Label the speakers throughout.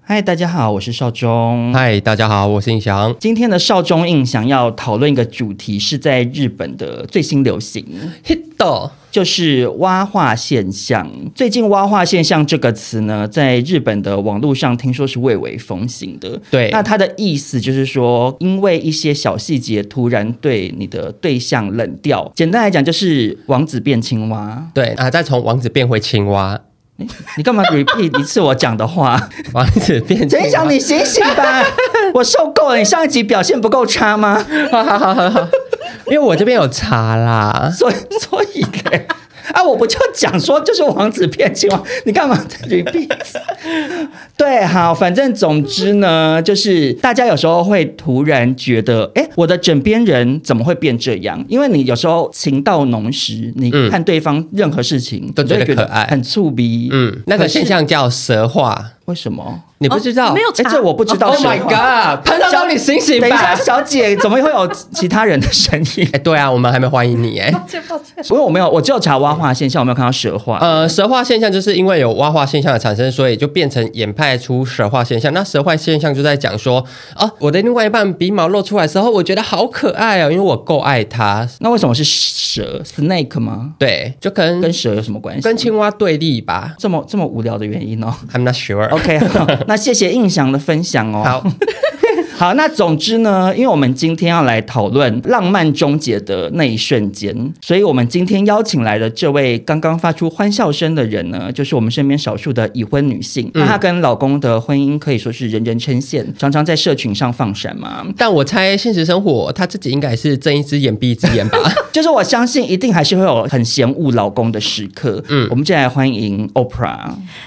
Speaker 1: 嗨，大家好，我是少中。
Speaker 2: 嗨，大家好，我是印翔。
Speaker 1: 今天的少中印想要讨论一个主题，是在日本的最新流行，
Speaker 3: Hito，
Speaker 1: 就是蛙化现象。最近“蛙化现象”这个词呢，在日本的网络上听说是蔚为风行的。
Speaker 2: 对
Speaker 1: 那它的意思就是说，因为一些小细节突然对你的对象冷掉。简单来讲，就是王子变青蛙。
Speaker 2: 对啊，再从王子变回青蛙，
Speaker 1: 你干嘛 repeat 一次我讲的 话？
Speaker 2: 王子变青蛙
Speaker 1: 陈翔，你醒醒吧！ 我受够了，你上一集表现不够差吗？
Speaker 2: 因为我这边有查啦，
Speaker 1: 所以所以嘞，啊，我不就讲说就是王子变青蛙，你干嘛 repeat？对，好，反正总之呢，就是大家有时候会突然觉得，哎，我的枕边人怎么会变这样？因为你有时候情到浓时，你
Speaker 2: 嗯
Speaker 1: 看对方任何事情、
Speaker 2: 都
Speaker 1: 你就会
Speaker 2: 觉得
Speaker 1: 觉
Speaker 2: 可爱
Speaker 1: 很触鼻。
Speaker 2: 嗯，那个
Speaker 1: 可是
Speaker 2: 现象叫蛇化，
Speaker 1: 为什么？
Speaker 2: 你不知道？
Speaker 4: 哦没有
Speaker 1: 哎，
Speaker 4: 查
Speaker 1: 这我不知道
Speaker 2: ，Oh
Speaker 1: 是吗。
Speaker 2: my god，潘少忠，你醒醒
Speaker 1: 等一下，
Speaker 2: 吧！
Speaker 1: 小姐，怎么会有其他人的声音？
Speaker 2: 哎，对啊，我们还没欢迎你哎。
Speaker 1: 因为我没有，我只有查蛙化现象，我没有看到蛇化。
Speaker 2: 呃，蛇化现象就是因为有蛙化现象的产生，所以就变成演派出蛇化现象。那蛇化现象就在讲说，哦，我的另外一半鼻毛露出来的时候，我觉得好可爱哦，因为我够爱他。
Speaker 1: 那为什么是蛇 snake 吗？
Speaker 2: 对，就跟
Speaker 1: 跟蛇有什么关系？
Speaker 2: 嗯跟青蛙对立吧。
Speaker 1: 这么这么无聊的原 因哦。
Speaker 2: I'm not sure。
Speaker 1: OK，好，那谢谢印象的分享哦。
Speaker 2: 好，
Speaker 1: 好，那总之呢，因为我们今天要来讨论浪漫终结的那一瞬间，所以我们今天邀请来的这位刚刚发出欢笑声的人呢，就是我们身边少数的已婚女性。
Speaker 2: 嗯
Speaker 1: 那她跟老公的婚姻可以说是人人称羡，常常在社群上放闪嘛。
Speaker 2: 但我猜现实生活他自己应该是睁一只眼闭一只眼吧。
Speaker 1: 就是我相信一定还是会有很嫌恶老公的时刻。嗯，我们就来欢迎 OPRA。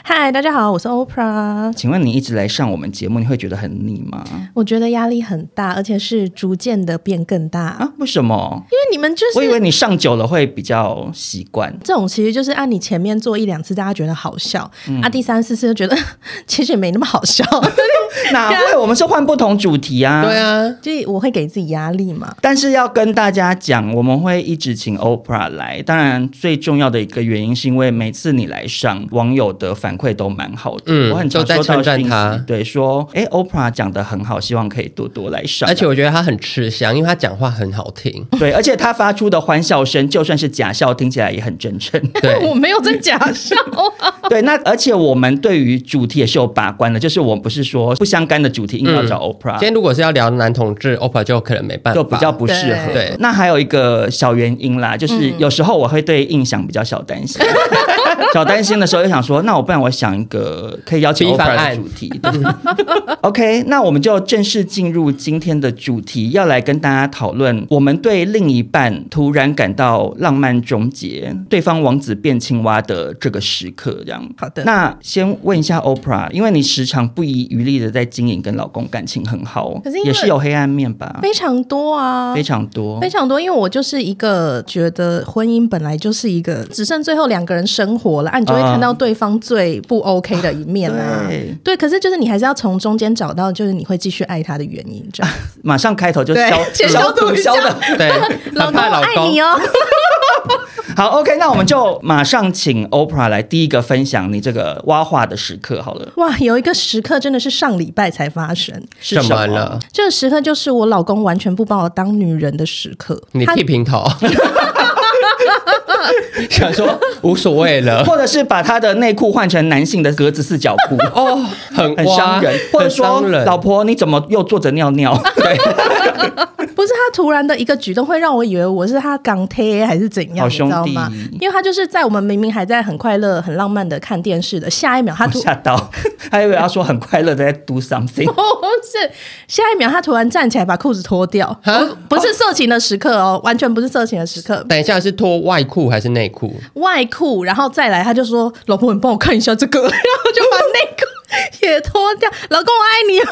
Speaker 4: 嗨，大家好，我是 Oprah。
Speaker 1: 请问你一直来上我们节目，你会觉得很腻吗？
Speaker 4: 我觉得压力很大，而且是逐渐的变更大，
Speaker 1: 啊，为什么？
Speaker 4: 因为你们就是
Speaker 1: 我以为你上久了会比较习惯。
Speaker 4: 这种，其实就是啊按你前面做一两次，大家觉得好笑，啊，第三四次就觉得 其实也没那么好笑，
Speaker 1: 哪会？我们是换不同主题啊。
Speaker 2: 对。啊，
Speaker 4: 就是我会给自己压力嘛。
Speaker 1: 但是要跟大家讲，我们会一直请 OPRA 来。当然，最重要的一个原因是因为每次你来上，网友的反馈都蛮好的。
Speaker 2: 嗯
Speaker 1: 我很常
Speaker 2: 都在
Speaker 1: 收到
Speaker 2: 称赞
Speaker 1: 讯息
Speaker 2: 他
Speaker 1: 对，说哎，OPRA 讲的很好，希望可以多多来上。
Speaker 2: 而且我觉得他很吃香，因为他讲话很好听。
Speaker 1: 对，而且他发出的欢笑声，就算是假笑，听起来也很真诚。
Speaker 2: 对
Speaker 4: 我没有在假笑，
Speaker 1: 对，那而且我们对于主题也是有把关的，就是我们不是说不相干的主题硬要找 OPRA，、
Speaker 2: 今天如果是要聊男同志，OPPO 就可能没办法，
Speaker 1: 就比较不适合。
Speaker 2: 对嗯
Speaker 1: 那还有一个小原因啦，就是有时候我会对印象比较小担 心。小担心的时候，就想说，那我不然我想一个可以邀请
Speaker 2: 提
Speaker 1: o p
Speaker 2: 方
Speaker 1: r
Speaker 2: 案
Speaker 1: 的主题。对 OK，那我们就正式进入今天的主题，要来跟大家讨论我们对另一半突然感到浪漫终结，对方王子变青蛙的这个时刻，这样。
Speaker 4: 好的
Speaker 1: 那先问一下 OPRA，因为你时常不遗余力的在经营跟老公感情很好
Speaker 4: 可是，因为
Speaker 1: 也是有黑暗面吧？
Speaker 4: 非常多啊，
Speaker 1: 哦非常多，
Speaker 4: 非常多，因为我就是一个觉得婚姻本来就是一个只剩最后两个人生活了，啊，你就会看到对方最不 OK 的一面啊。
Speaker 1: 对，
Speaker 4: 对，可是就是你还是要从中间找到，就是你会继续爱他的原因，这样。
Speaker 1: 马上开头就
Speaker 4: 对
Speaker 1: 消
Speaker 4: 先
Speaker 1: 消
Speaker 4: 消毒
Speaker 1: 毒
Speaker 4: 一
Speaker 1: 消
Speaker 4: 下
Speaker 1: 的。
Speaker 2: 对，
Speaker 4: 老
Speaker 2: 很
Speaker 4: 公，
Speaker 2: 怕
Speaker 4: 我
Speaker 2: 老
Speaker 4: 爱
Speaker 2: 公
Speaker 4: 你。哦。
Speaker 1: 好，OK，那我们就马上请 OPRA 来第一个分享你这个挖话的时刻好 了。
Speaker 4: 哇，有一个时刻真的是上礼拜才发生，
Speaker 1: 是什
Speaker 2: 么了？？
Speaker 4: 这个时刻就是我 老公完全不把我当女人的时刻。
Speaker 2: 你
Speaker 4: 他
Speaker 2: 剃平头，想说无所谓 了。
Speaker 1: 或者是把他的内裤换成男性的格子四角 裤，
Speaker 2: 哦，很
Speaker 1: 很伤
Speaker 2: 挖
Speaker 1: 人。或者
Speaker 2: 很
Speaker 1: 说
Speaker 2: 伤，人
Speaker 1: 老婆你怎么又坐着尿尿？
Speaker 2: 对，
Speaker 4: 不是他突然的一个举动，会让我以为我是他港贴还是怎样，
Speaker 1: 好
Speaker 4: 你知
Speaker 1: 兄
Speaker 4: 道
Speaker 1: 弟
Speaker 4: 吗？因为他就是在我们明明还在很快乐、很浪漫的看电视的下一秒，他
Speaker 1: 我
Speaker 4: 突
Speaker 1: 吓到，还以为他说很快乐的在 do something。
Speaker 4: 不是下一秒他突然站起来把裤子脱掉，不是色情的时刻哦，完全不是色情的时刻，
Speaker 2: 等一下是脱外裤还是内裤？
Speaker 4: 外裤，然后再来他就说：“老婆，你帮我看一下这个。” 然后就把内裤也脱掉，老公我爱你哦。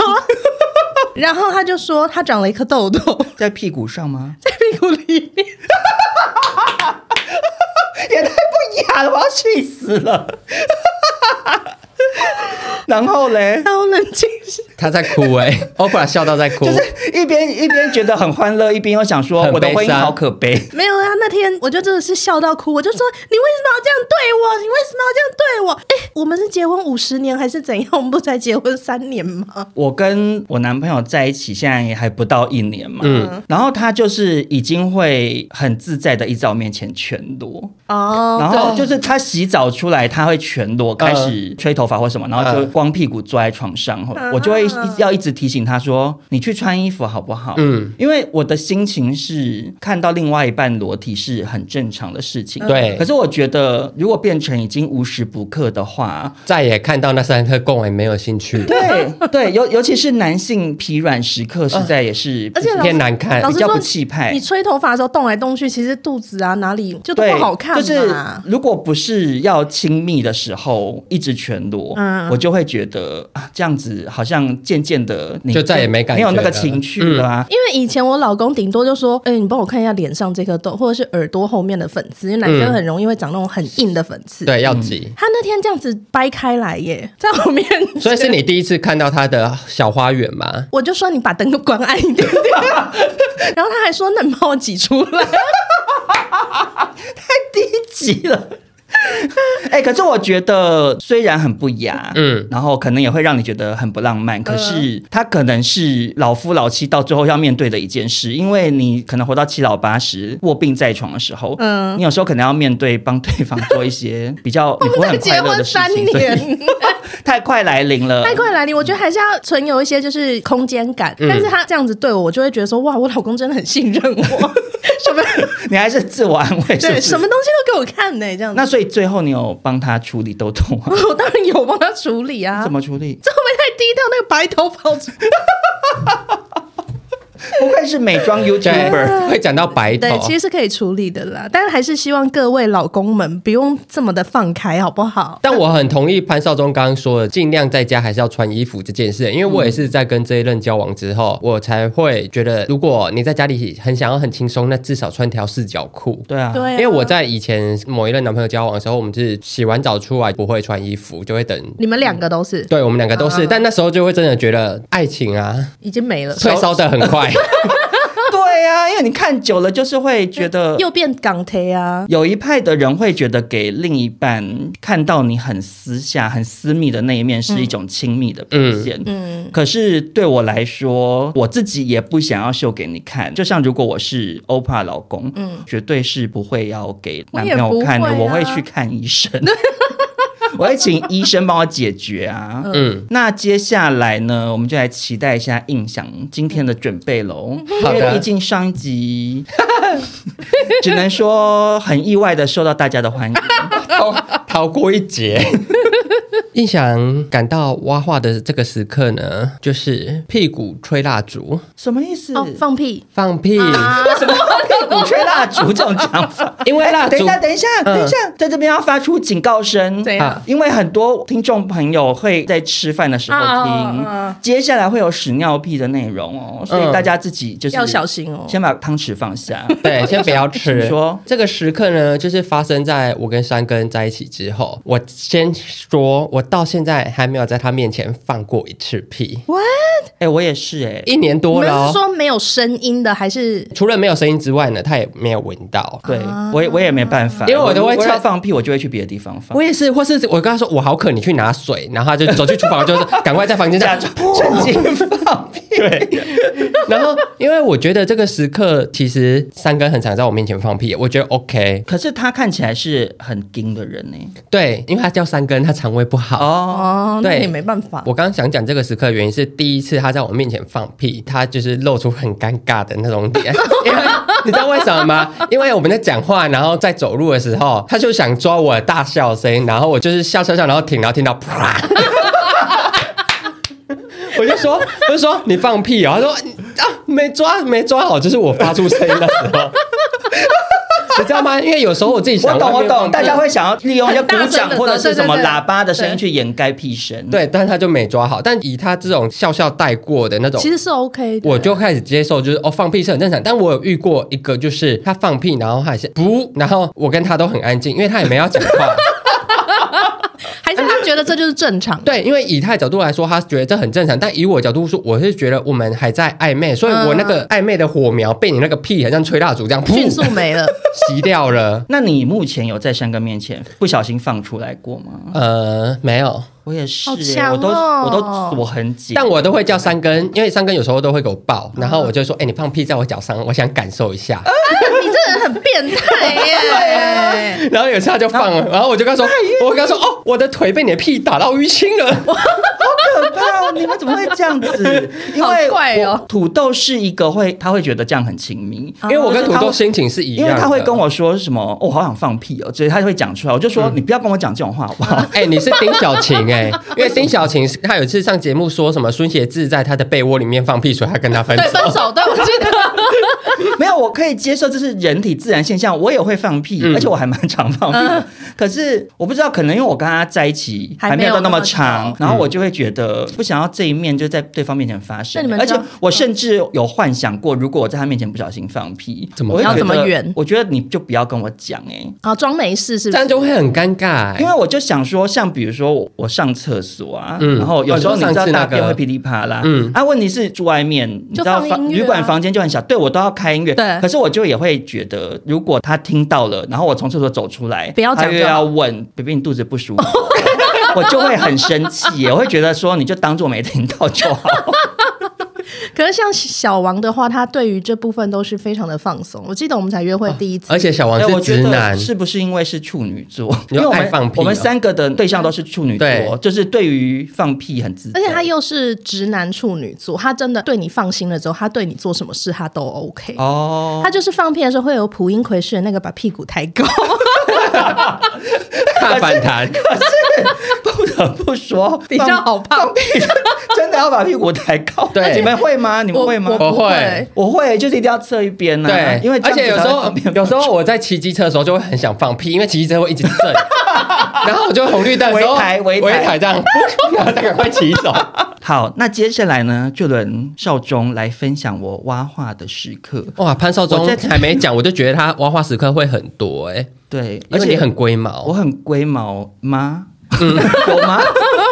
Speaker 4: 然后他就说他长了一颗痘痘
Speaker 1: 在屁股上吗？
Speaker 4: 在屁股里面。
Speaker 1: 也太不雅了，我要气死了。 然后嘞，
Speaker 4: 然后冷静是
Speaker 2: 他在哭哎、 欸、，OPRA 笑到在哭，
Speaker 1: 就是 一边一边觉得很欢乐，一边又想说
Speaker 2: 很
Speaker 1: 我的婚
Speaker 2: 悲
Speaker 1: 姻
Speaker 2: 伤
Speaker 1: 好可悲。
Speaker 4: 没有啊，那天我就真的是笑到哭，我就说你为什么要这样对我？你为什么要这样对我？哎，我们是结婚五十年还是怎样？我们不才结婚三年吗？
Speaker 1: 我跟我男朋友在一起，现在也还不到一年嘛，
Speaker 2: 嗯
Speaker 1: 然后他就是已经会很自在的一直在我面前全裸，
Speaker 4: 哦，
Speaker 1: 然后就是他洗澡出来，他会全裸开
Speaker 4: 嗯
Speaker 1: 始吹头发或什么，然后就
Speaker 2: 嗯
Speaker 1: 光屁股坐在床上，我就会一要一直提醒他说：“你去穿衣服好不好？”
Speaker 2: 嗯
Speaker 1: 嗯，因为我的心情是看到另外一半裸体是很正常的事
Speaker 4: 嗯
Speaker 1: 情，
Speaker 2: 对
Speaker 1: 可是我觉得如果变成已经无时不刻的话，
Speaker 2: 再也看到那三颗贡也没有兴趣，
Speaker 1: 对对，尤尤其是男性疲软时刻，实在也是
Speaker 4: 嗯而且老
Speaker 2: 偏
Speaker 4: 师
Speaker 2: 难看
Speaker 4: 老。师
Speaker 1: 比较
Speaker 4: 说
Speaker 1: 不气派
Speaker 4: 你吹头发的时候动来动去，其实肚子啊哪里就都
Speaker 1: 对，
Speaker 4: 不好看嘛。
Speaker 1: 就是如果不是要亲密的时候一直全裸，
Speaker 4: 嗯
Speaker 1: 我就会觉得啊，这样子好像渐渐的你
Speaker 2: 就再也没感觉
Speaker 1: 有那个
Speaker 2: 了嗯
Speaker 1: 情趣了啊。
Speaker 4: 因为以前我老公顶多就说：“哎、你帮我看一下脸上这颗痘，或者是耳朵后面的粉刺，因为男生
Speaker 2: 嗯
Speaker 4: 很容易会长那种很硬的粉刺。
Speaker 2: 对，要挤。
Speaker 4: 他那天这样子掰开来耶，在我面前，
Speaker 2: 所以是你第一次看到他的小花园吗？
Speaker 4: 我就说你把灯关暗 一点点，然后他还说：“那你帮我挤出来。
Speaker 1: 第一集了。 哎、可是我觉得虽然很不雅，
Speaker 2: 嗯
Speaker 1: 嗯，然后可能也会让你觉得很不浪
Speaker 4: 嗯
Speaker 1: 漫，可是它可能是老夫老妻到最后要面对的一件事，因为你可能活到七老八十卧病在床的时候，
Speaker 4: 嗯
Speaker 1: 嗯，你有时候可能要面对帮对方做一些比较你”不
Speaker 4: 我
Speaker 1: 会
Speaker 4: 们才
Speaker 1: 很
Speaker 4: 结
Speaker 1: 快乐
Speaker 4: 婚
Speaker 1: 的事
Speaker 4: 三
Speaker 1: 情，所以
Speaker 4: 年，
Speaker 1: 太快来临了，
Speaker 4: 太快来临，我觉得还是要存有一些就是空间感。但是他这样子对我，我就会觉得说：“哇，我老公真的很信任我，什么
Speaker 1: 你还是自我安慰，是
Speaker 4: 对
Speaker 1: 不
Speaker 4: 什
Speaker 1: 是？
Speaker 4: 么东西都给我看呢、这样子。
Speaker 1: 那所以最后你有帮他处理痘痘吗？
Speaker 4: 我当然有帮他处理 啊，
Speaker 1: 怎么处理？
Speaker 4: 这会不会太低调？那个白头发出
Speaker 1: 不愧是美 妆 YouTuber。
Speaker 2: 对，会讲到白头
Speaker 4: 对，，其实是可以处理的啦，但是还是希望各位老公们不用这么的放开，好不好？
Speaker 2: 但我很同意潘少忠刚刚说的，尽量在家还是要穿衣服这件事，因为我也是在跟这一任交往之后，我才会觉得，如果你在家里很想要很轻松，那至少穿条四角裤。
Speaker 1: 对啊，
Speaker 4: 对啊、
Speaker 2: 因为我在以前某一任男朋友交往的时候，我们是洗完澡出来不会穿衣服，就会等。
Speaker 4: 你们两个都是
Speaker 2: 对我们两个都是，但那时候就会真的觉得爱情啊，
Speaker 4: 已经没了，
Speaker 2: 退烧的很快。
Speaker 1: 对啊，因为你看久了就是会觉得。
Speaker 4: 又变港台啊。
Speaker 1: 有一派的人会觉得给另一半看到你很私下、很私密的那一面是一种亲密的表现。
Speaker 4: 嗯
Speaker 1: 可是对我来说，我自己也不想要秀给你看。就像如果我是 OPA 老公，
Speaker 4: 嗯
Speaker 1: 绝对是不会要给
Speaker 4: 我
Speaker 1: 男
Speaker 4: 也
Speaker 1: 朋友看的，
Speaker 4: 不会
Speaker 1: 我
Speaker 4: 啊
Speaker 1: 会去看医生， 我会请医生帮我解决啊。
Speaker 2: 嗯，
Speaker 1: 那接下来呢，我们就来期待一下印象今天的准备喽。
Speaker 2: 好的
Speaker 1: 因为毕竟上一集 只能说很意外的受到大家的 欢迎。
Speaker 2: 逃 逃过一劫。 印象感到挖话的这个时刻呢，就是屁股吹蜡烛、
Speaker 1: 什么意思？
Speaker 4: 哦，放屁
Speaker 2: 放屁，
Speaker 4: 啊！
Speaker 1: 鼓吹蜡烛这种讲法。
Speaker 2: 因为蜡
Speaker 1: 等
Speaker 2: 烛
Speaker 1: 一下，等一下，
Speaker 2: 嗯
Speaker 1: 等一下，在这边要发出警告声
Speaker 4: 怎。
Speaker 2: 啊
Speaker 4: 样？
Speaker 1: 因为很多听众朋友会在吃饭的时候
Speaker 4: 啊啊
Speaker 1: 听
Speaker 4: 啊啊，
Speaker 1: 接下来会有屎尿屁的内容哦，所
Speaker 2: 嗯
Speaker 1: 以大家自己就是
Speaker 4: 要小心哦
Speaker 1: 先把汤匙放下。
Speaker 2: 对，先不要 吃。
Speaker 1: 请说
Speaker 2: 这个时刻呢，就是发生在我跟山根在一起之后。我先说，我我到现在还没有在他面前放过一次屁，
Speaker 1: 哎、我也是哎、
Speaker 2: 一年
Speaker 4: 你
Speaker 2: 多
Speaker 4: 们
Speaker 2: 了
Speaker 4: 是
Speaker 2: 哦。
Speaker 4: 说没有声音的，还是
Speaker 2: 除了没有声音之外呢，他也没有闻到。
Speaker 1: 对
Speaker 4: 啊
Speaker 1: 我也我也没办法，
Speaker 2: 因为我都会
Speaker 1: 我
Speaker 2: 趁
Speaker 1: 要放屁，我就会去别的地方放
Speaker 2: 我。也是，或是我跟他说我好渴，你去拿水，然后他就走去厨房，就是赶快在房间这
Speaker 1: 假
Speaker 2: 样
Speaker 1: 装趁机放屁， 对，
Speaker 2: 然后，因为我觉得这个时刻，其实三根很常在我面前放屁，我觉得 OK。
Speaker 1: 可是他看起来是很精的人呢、
Speaker 2: 对，因为他叫三根，他肠胃不好。
Speaker 1: 哦，
Speaker 4: 哦，那
Speaker 2: 对
Speaker 4: 也没办法。
Speaker 2: 我刚刚想讲这个时刻的原因是，第一次他在我面前放屁，他就是露出很尴尬的那种 脸，因为你知道为什么吗？因为我们在讲话，然后在走路的时候，他就想抓我的大笑声，然后我就是笑笑笑，然后停，然后听到啪。 我就说，我就说你放屁哦！他说啊，没抓，没抓好，就是我发出声音的时候， 你知道吗？因为有时候我自己想
Speaker 1: 我懂
Speaker 2: 外
Speaker 1: 我
Speaker 2: 面放
Speaker 1: 懂，
Speaker 2: 屁
Speaker 1: 大家会想要利用一些
Speaker 4: 很
Speaker 1: 鼓
Speaker 4: 大声
Speaker 1: 掌
Speaker 4: 的
Speaker 1: 或者是
Speaker 4: 对对
Speaker 1: 什么
Speaker 4: 对
Speaker 1: 喇叭的声音
Speaker 4: 对
Speaker 1: 去掩盖屁声。，
Speaker 2: 对，但是他就没抓好。但以他这种笑笑带过的那种，
Speaker 4: 其实是 OK 的，
Speaker 2: 我就开始接受，就是哦，放屁是很正常。但我有遇过一个，就是他放屁，然后还是不，然后我跟他都很安静，因为他也没要讲 话。
Speaker 4: 还是他觉得这就是正常的。
Speaker 2: 对，因为以他的角度来说，他觉得这很正常。但以我的角度说，我是觉得我们还在暧昧，所以我那个暧昧的火苗被你那个屁，很像吹蜡烛这样，噗
Speaker 4: 嗯迅，速 没了，
Speaker 2: 熄掉了。
Speaker 1: 那你目前有在山哥面前不小心放出来过吗？
Speaker 2: 呃，没 有，
Speaker 1: 我也是、
Speaker 4: 好
Speaker 1: 欸，
Speaker 4: 强
Speaker 1: 我都
Speaker 4: 哦
Speaker 1: 我都锁很紧，
Speaker 2: 但我都会叫三根，因为三根有时候都会给我抱，
Speaker 4: 嗯
Speaker 2: 然后我就说，哎、你放屁在我脚上，我想感受一下。
Speaker 4: 你这人很变 态耶！
Speaker 2: 然后有一次他就放了，然后我就跟他 说，我跟他说，哦，我的腿被你的屁打到淤青了。
Speaker 1: 可怕哦！你们怎么会这样 子？因为
Speaker 4: 好怪哦
Speaker 1: 我土豆是一个会，他会觉得这样很亲密，
Speaker 2: 因为我跟土豆
Speaker 1: 啊就是
Speaker 2: 心情是一
Speaker 1: 他会。因
Speaker 2: 样的，
Speaker 1: 为他会跟我说什么，哦，好想放屁哦，所以他就会讲出来。我就说、
Speaker 4: 嗯
Speaker 1: 你不要跟我讲这种话好不 好？
Speaker 2: 哎、你是丁小 晴哎、因为丁小晴是她有一次上节目说什么孙协志在她的被窝里面放屁，所以她跟他分
Speaker 4: 对，
Speaker 2: 手。
Speaker 4: 分手，对我记得，
Speaker 1: 没有，我可以接受这是人体自然现象，我也会放屁，而且我还蛮常放屁
Speaker 4: 嗯
Speaker 1: 的。可是我不知道，可能因为我跟他在一起
Speaker 4: 还
Speaker 1: 还没
Speaker 4: 没
Speaker 1: 有
Speaker 4: 有
Speaker 1: 到那么
Speaker 4: 那么
Speaker 1: 长
Speaker 4: 久，
Speaker 1: 然后我就会觉得不想要这一面就在对方面前发生
Speaker 4: 那你。们
Speaker 1: 而且
Speaker 4: 知道
Speaker 1: 我甚至有幻想过，如果我在他面前不小心放屁，
Speaker 2: 怎么
Speaker 1: 我会觉
Speaker 2: 办
Speaker 1: 得
Speaker 4: 你要怎么圆
Speaker 1: 我觉得你就不要跟我讲哎、
Speaker 4: 啊，装没事是
Speaker 2: 这
Speaker 4: 不
Speaker 2: 样
Speaker 4: 是？
Speaker 2: 就会很尴尬、
Speaker 1: 因
Speaker 2: 欸
Speaker 1: 为。我就想说，像比如说我我上厕所啊，
Speaker 2: 嗯
Speaker 1: 然后有时候你知道大便会噼里啪啦，
Speaker 2: 嗯
Speaker 1: 啊，问题是住外面，你知道
Speaker 4: 就放
Speaker 1: 房
Speaker 4: 音乐啊
Speaker 1: 旅馆房间就很小，对我都要开音乐，
Speaker 4: 对
Speaker 1: 可是我就也会觉得，如果他听到了，然后我从厕所走出来，
Speaker 4: 不要讲
Speaker 1: 他又
Speaker 4: 就好
Speaker 1: 要问，baby 你肚子不舒服。 我就会很生气，我会觉得说你就当做没听到就好。
Speaker 4: 可是像小王的话，他对于这部分都是非常的放松。我记得我们才约会第一次，
Speaker 2: 而且小王
Speaker 1: 哎我
Speaker 2: 哦是
Speaker 1: 觉
Speaker 2: 直
Speaker 1: 得
Speaker 2: 男，
Speaker 1: 是不是因为是处女座？
Speaker 2: 你
Speaker 1: 因
Speaker 2: 又
Speaker 1: 为我
Speaker 2: 爱
Speaker 1: 们
Speaker 2: 放屁
Speaker 1: 我们
Speaker 2: 哦
Speaker 1: 三个的对象都是处女座，
Speaker 2: 对
Speaker 1: 就是对于放屁很自在。
Speaker 4: 而且他又是直男处女座，他真的对你放心了之后，他对你做什么事他都 OK。
Speaker 1: 哦，
Speaker 4: 他就是放屁的时候会有普音葵式的那个把屁股抬高，
Speaker 2: 怕反弹。
Speaker 1: 不得不说，
Speaker 4: 比较好
Speaker 1: 放放屁， 真的要把屁股抬高。
Speaker 2: 对
Speaker 1: 你们会吗？你们会吗？
Speaker 4: 我
Speaker 2: 我
Speaker 4: 不
Speaker 2: 会
Speaker 4: 会。
Speaker 1: 我会，就是一定要侧一边呢、
Speaker 2: 对，
Speaker 1: 因为这
Speaker 2: 而
Speaker 1: 样
Speaker 2: 且
Speaker 1: 子
Speaker 2: 有时
Speaker 1: 才会
Speaker 2: 候
Speaker 1: 方便
Speaker 2: 有时候我在骑机车的时候就会很想放屁，因为骑机车会一直震，然后我就红绿灯的时候
Speaker 1: 围台围台
Speaker 2: 围台这样，然后再赶快骑走。
Speaker 1: 好，那接下来呢，就轮少中来分享我挖话的时刻。
Speaker 2: 哇，潘少
Speaker 1: 我
Speaker 2: 忠
Speaker 1: 在
Speaker 2: 还没讲，我就觉得他挖花时刻会很多哎、
Speaker 1: 对，
Speaker 2: 而
Speaker 1: 而
Speaker 2: 且
Speaker 1: 且
Speaker 2: 你很龟
Speaker 1: 我
Speaker 2: 毛。
Speaker 1: 很龟毛吗？嗯有吗？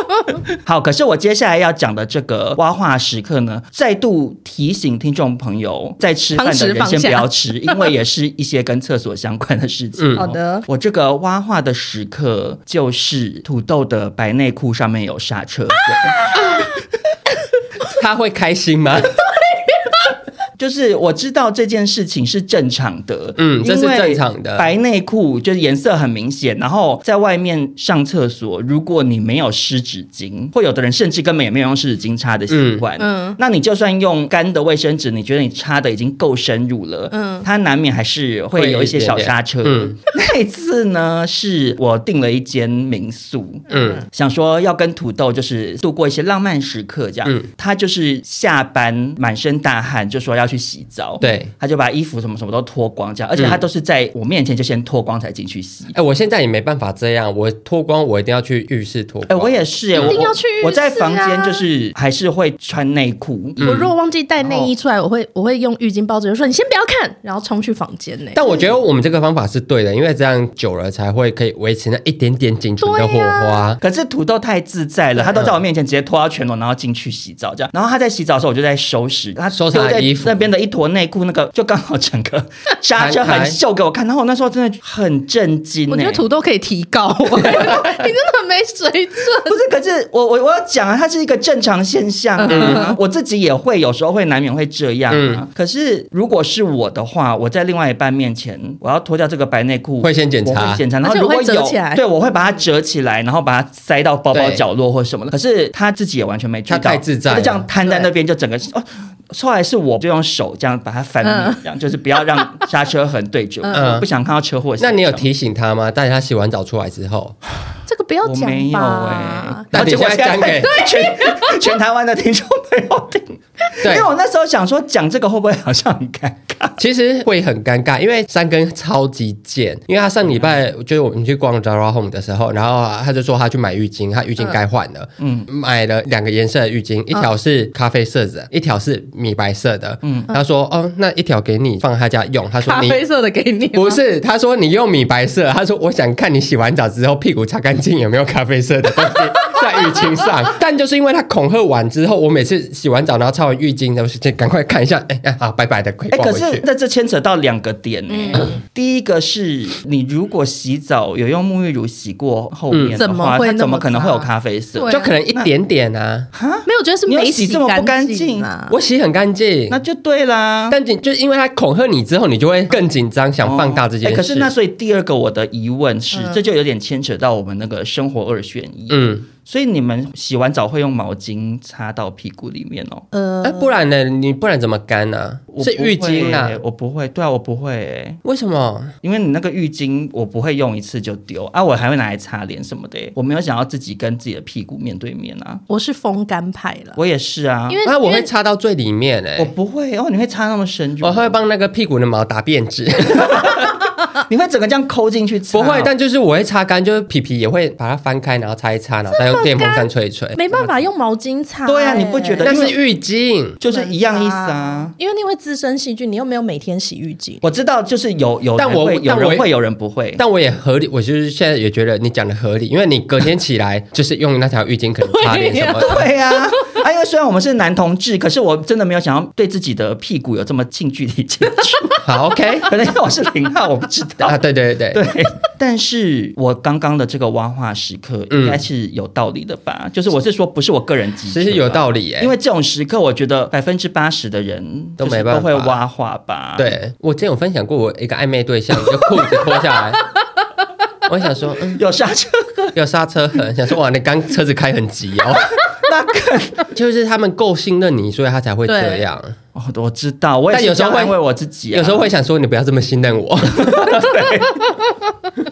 Speaker 1: 好，可是我接下来要讲的这个挖话时刻呢，再度提醒听众朋友，在吃饭的人
Speaker 4: 汤匙
Speaker 1: 先
Speaker 4: 放下
Speaker 1: 不要吃，因为也是一些跟厕所相关的事情哦、
Speaker 2: 嗯
Speaker 4: 好的
Speaker 1: 我这个挖话的时刻就是土豆的白内裤上面有刹车痕。
Speaker 2: 他会开心吗？
Speaker 1: 就是我知道这件事情是正常的，
Speaker 2: 嗯这是
Speaker 1: 因为
Speaker 2: 正常的
Speaker 1: 白内裤就是颜色很明显，然后在外面上厕所，如果你没有湿纸巾，或有的人甚至根本也没有用湿纸巾擦的习惯，
Speaker 4: 嗯
Speaker 1: 嗯，那你就算用干的卫生纸，你觉得你擦的已经够深入了，
Speaker 4: 嗯
Speaker 1: 嗯，它难免还是会有一些小刹车。
Speaker 2: 会有一点点嗯
Speaker 1: 那一次呢，是我订了一间民宿，
Speaker 2: 嗯，
Speaker 1: 想说要跟土豆就是度过一些浪漫时刻，这样。
Speaker 2: 嗯
Speaker 1: 他就是下班满身大汗，就说要要去洗澡，
Speaker 2: 对，嗯
Speaker 1: 他就把衣服什么什么都脱光这样，而且他都是在我面前就先脱光才进去洗。
Speaker 2: 哎，我现在也没办法这样，我脱光我一定要去浴室脱
Speaker 1: 哎、
Speaker 2: 光。
Speaker 1: 我也是耶，
Speaker 4: 一
Speaker 2: 嗯
Speaker 1: 我
Speaker 4: 定要去浴室啊
Speaker 1: 我在房间就是还是会穿内裤，
Speaker 2: 嗯
Speaker 4: 我如果忘记带内衣出
Speaker 1: 哦
Speaker 4: 来，我会我会用浴巾包着，就说你先不要看，然后冲去房间呢、
Speaker 2: 但我觉得我们这个方法是对的，因为这样久了才会可以维持那一点点仅存的火
Speaker 4: 对
Speaker 2: 花。
Speaker 1: 可是土豆太自在了，他都在我面前直接脱掉全裸，然后进去洗澡这样。然后他在洗澡的时候，我就在收拾，他
Speaker 2: 收拾他的
Speaker 1: 丢在
Speaker 2: 衣服
Speaker 1: 那边的一坨内裤，那个就刚好 整个 刹车
Speaker 2: 摊
Speaker 1: 痕
Speaker 2: 开
Speaker 1: 秀给我看。然后我那时候真的很震惊、欸，
Speaker 4: 我觉得土豆可以提 高、你真的很没水准。
Speaker 1: 不是，可是我我我要讲啊，它是一个正常现象
Speaker 2: 嗯
Speaker 1: 啊，我自己也会有时候会难免会这样啊。可是如果是我的话，我在另外一半面前，我要脱掉这个白内裤，
Speaker 2: 会先检查
Speaker 1: 我会检查，然后
Speaker 4: 而且
Speaker 1: 如
Speaker 4: 我会
Speaker 1: 果有
Speaker 4: 折起来
Speaker 1: 对，我会把它折起来，然后把它塞到包包
Speaker 2: 对
Speaker 1: 角落或什么的。可是他自己也完全没注意
Speaker 2: 他
Speaker 1: 到，
Speaker 2: 太自在
Speaker 1: 就这样
Speaker 2: 了
Speaker 1: 摊在那边，就整个哦。后来是我就用手这样把它翻
Speaker 4: 嗯
Speaker 1: 面，这样、就是不要让刹车痕对准我，
Speaker 2: 嗯
Speaker 1: 我不想看到车祸现
Speaker 2: 那
Speaker 1: 象。
Speaker 2: 你有提醒他吗？但是他洗完澡出来之后，
Speaker 4: 这个不要
Speaker 1: 我
Speaker 4: 讲
Speaker 1: 没有
Speaker 4: 吧
Speaker 1: 哎、。
Speaker 2: 欸那你
Speaker 1: 结果
Speaker 2: 现在讲给
Speaker 1: 全全 台湾的听众朋友听，因
Speaker 2: 对
Speaker 1: 为我那时候想说讲这个会不会好像很尴尬？
Speaker 2: 其实会很尴尬，因为三根超级贱，因为他上礼拜
Speaker 4: 嗯
Speaker 2: 就是我们去逛 Zara Home 的时候，然后啊他就说他去买浴巾，他浴巾该换了，嗯，买了两个颜色的浴巾，一
Speaker 4: 嗯
Speaker 2: 条是咖啡色的，一条是米白色的，嗯，他说哦，那一条给你放他家用，他说
Speaker 4: 咖
Speaker 2: 你。
Speaker 4: 啡色的给你吗，
Speaker 2: 不是，他说你用米白色，他说我想看你洗完澡之后屁股擦干净有没有咖啡色的东西在浴巾上。 但就是因为他恐吓完之后，我每次洗完澡然后擦完浴巾，然后就赶快看一下，哎、好，拜拜的，可以
Speaker 1: 哎、
Speaker 2: 挂
Speaker 1: 可
Speaker 2: 回
Speaker 1: 是
Speaker 2: 去。
Speaker 1: 那这牵扯到两个点呢、
Speaker 4: 嗯
Speaker 1: 第一个是你如果洗澡有用沐浴乳洗过后面的
Speaker 4: 嗯怎
Speaker 1: 话，
Speaker 4: 么会
Speaker 1: 它怎
Speaker 4: 那
Speaker 1: 么
Speaker 4: 么
Speaker 1: 可能会有
Speaker 4: 差
Speaker 1: 咖啡色？
Speaker 4: 对啊
Speaker 2: 就可能一点点啊，
Speaker 4: 没有，我觉得是
Speaker 1: 你有
Speaker 4: 没
Speaker 1: 洗这么不干净
Speaker 4: 净啊。
Speaker 2: 我洗很干净
Speaker 1: 那。就对啦。
Speaker 2: 但你就因为他恐吓你之后，你就会更紧张，想放大这件
Speaker 1: 哎
Speaker 2: 事。
Speaker 1: 可是那所以第二个我的疑问是，
Speaker 4: 嗯
Speaker 1: 这就有点牵扯到我们那个生活二选一。
Speaker 2: 嗯，
Speaker 1: 所以你们洗完澡会用毛巾擦到屁股里面哦？
Speaker 4: 呃
Speaker 2: 哎，不然呢？你不然怎么干呢、
Speaker 1: 我
Speaker 2: 是
Speaker 1: 不
Speaker 2: 浴巾啊
Speaker 1: 会？我不会，对啊，我不会、
Speaker 2: 为什么？
Speaker 1: 因为你那个浴巾我不会用一次就丢啊，我还会拿来擦脸什么的、欸我没有想要自己跟自己的屁股面对面啊，
Speaker 4: 我是风干派了，
Speaker 1: 我也是啊，
Speaker 4: 因为
Speaker 2: 啊，我
Speaker 4: 因
Speaker 2: 会
Speaker 4: 为
Speaker 2: 插到最里面哎、
Speaker 1: 我不会哦，你会擦那么深就
Speaker 2: 我会帮那个屁股的毛打辫子，
Speaker 1: 你会整个这样抠进去擦哦、
Speaker 2: 不会，但就是我会擦干，就是皮皮也会把它翻开，然后擦一擦，然后再用电风扇吹一吹。
Speaker 4: 没办法用毛巾擦、
Speaker 1: 对啊
Speaker 4: 哎
Speaker 1: 你不觉得
Speaker 2: 那是浴巾，
Speaker 1: 就是一样意思啊。
Speaker 4: 因为你会滋生细菌，你又没有每天洗浴巾。
Speaker 1: 我知道，就是有有人
Speaker 2: 但我
Speaker 1: 会，有
Speaker 2: 但我
Speaker 1: 人会，有人不会。
Speaker 2: 但我也合理，我就是现在也觉得你讲的合理，因为你隔天起来就是用那条浴巾可能擦脸什么的。
Speaker 1: 对呀、啊，啊，因为虽然我们是男同志，可是我真的没有想要对自己的屁股有这么近距离接触，
Speaker 2: 好，OK
Speaker 1: 可能因为我是零号，我不知道
Speaker 2: 啊，。对对对对，
Speaker 1: 对，但是我刚刚的这个挖话时刻
Speaker 2: 嗯
Speaker 1: 应该是有道理的吧？就是我是说，不是我个人机车，啊
Speaker 2: 其实有道理耶、
Speaker 1: 因为这种时刻，我觉得百分之八十的人
Speaker 2: 都
Speaker 1: 就是
Speaker 2: 没办
Speaker 1: 都
Speaker 2: 法
Speaker 1: 会挖话吧？，
Speaker 2: 对我之前有分享过，我一个暧昧对象就裤子脱下来，我想说，嗯，
Speaker 1: 有刹 车，
Speaker 2: 有刹车痕，想说哇，你刚车子开很急哦。
Speaker 1: 那更
Speaker 2: 就是他们够信任你，所以他才会这
Speaker 4: 对
Speaker 2: 样。
Speaker 1: 哦，我知道，我也
Speaker 2: 但有
Speaker 1: 是
Speaker 2: 时候
Speaker 1: 这样
Speaker 2: 会
Speaker 1: 安慰我自己、啊，
Speaker 2: 有时候会想说，你不要这么信任我。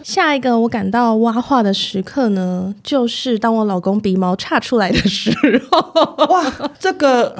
Speaker 4: 下一个我感到挖话的时刻呢，就是当我老公鼻毛岔出来的时候。
Speaker 1: 哇，这个，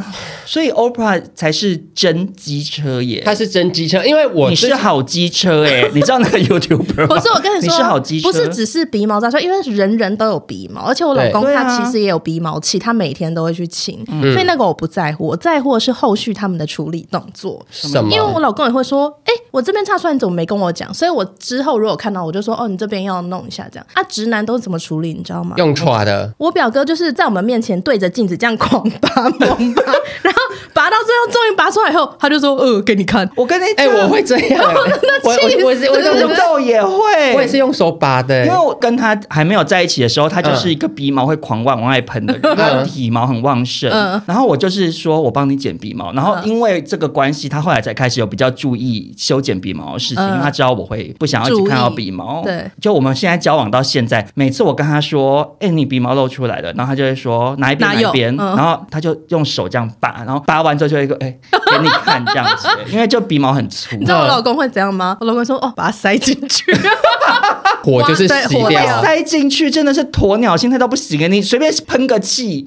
Speaker 1: 所以 Oprah 才是真机车耶。
Speaker 2: 他是真机车，因为我
Speaker 1: 你是好机车哎、 你知道那个 YouTuber 吗？
Speaker 4: 可是我跟
Speaker 1: 你
Speaker 4: 说，啊
Speaker 1: 是好机车，
Speaker 4: 不是只是鼻毛扎出来，因为人人都有鼻毛，而且我老公
Speaker 1: 对对啊
Speaker 4: 他其实也有鼻毛器，他每天都会去清，
Speaker 1: 嗯
Speaker 4: 所以那个我不在乎，我在乎的是后续他们的处理动作。
Speaker 2: 什
Speaker 1: 嗯
Speaker 2: 么？
Speaker 4: 因为我老公也会说，哎、我这边差出来，你怎么没跟我讲？所以我之后如果看到，我就说，哦，你这边要弄一下这样。啊，直男都怎么处理，你知道吗？
Speaker 1: 嗯
Speaker 2: 用抓的，
Speaker 4: 我表哥就是在我们面前对着镜子这样狂拔猛拔，然后拔到最后终于拔出来以后，他就说：“呃，给你看。
Speaker 1: 我跟你
Speaker 2: 哎、
Speaker 1: 讲，
Speaker 2: 我会这 样、我我我是我
Speaker 1: 土
Speaker 2: 是
Speaker 1: 豆也会，
Speaker 2: 我也是用手拔的、
Speaker 1: 因为我跟他还没有在一起的时候，他就是一个鼻毛会狂往外喷的人，他的体毛很旺盛。
Speaker 4: 嗯
Speaker 1: 然后我就是说我帮你剪鼻毛，然后因为这个关系，他后来才开始有比较注意修剪鼻毛的事情，
Speaker 4: 嗯
Speaker 1: 因为他知道我会不想要一直看到鼻毛。
Speaker 4: 注意对，
Speaker 1: 就我们现在交往到现在，每次我跟他说：“哎、你鼻毛露出来了。”然后他就会说：“哪一边
Speaker 4: 哪
Speaker 1: 哪
Speaker 4: 有
Speaker 1: 一边？”
Speaker 4: 嗯
Speaker 1: 然后他就用手这样拔，然后拔完之后就会一个哎、给你看这样子，因为就鼻毛很粗。
Speaker 4: 你知道我老公会怎样吗？我老公说哦，把它塞进去，
Speaker 2: 火就是
Speaker 4: 对
Speaker 2: 洗
Speaker 4: 火
Speaker 1: 被
Speaker 2: 掉
Speaker 4: 掉。
Speaker 1: 塞进去真的是鸵鸟心态到不行啊！你随便喷个 气，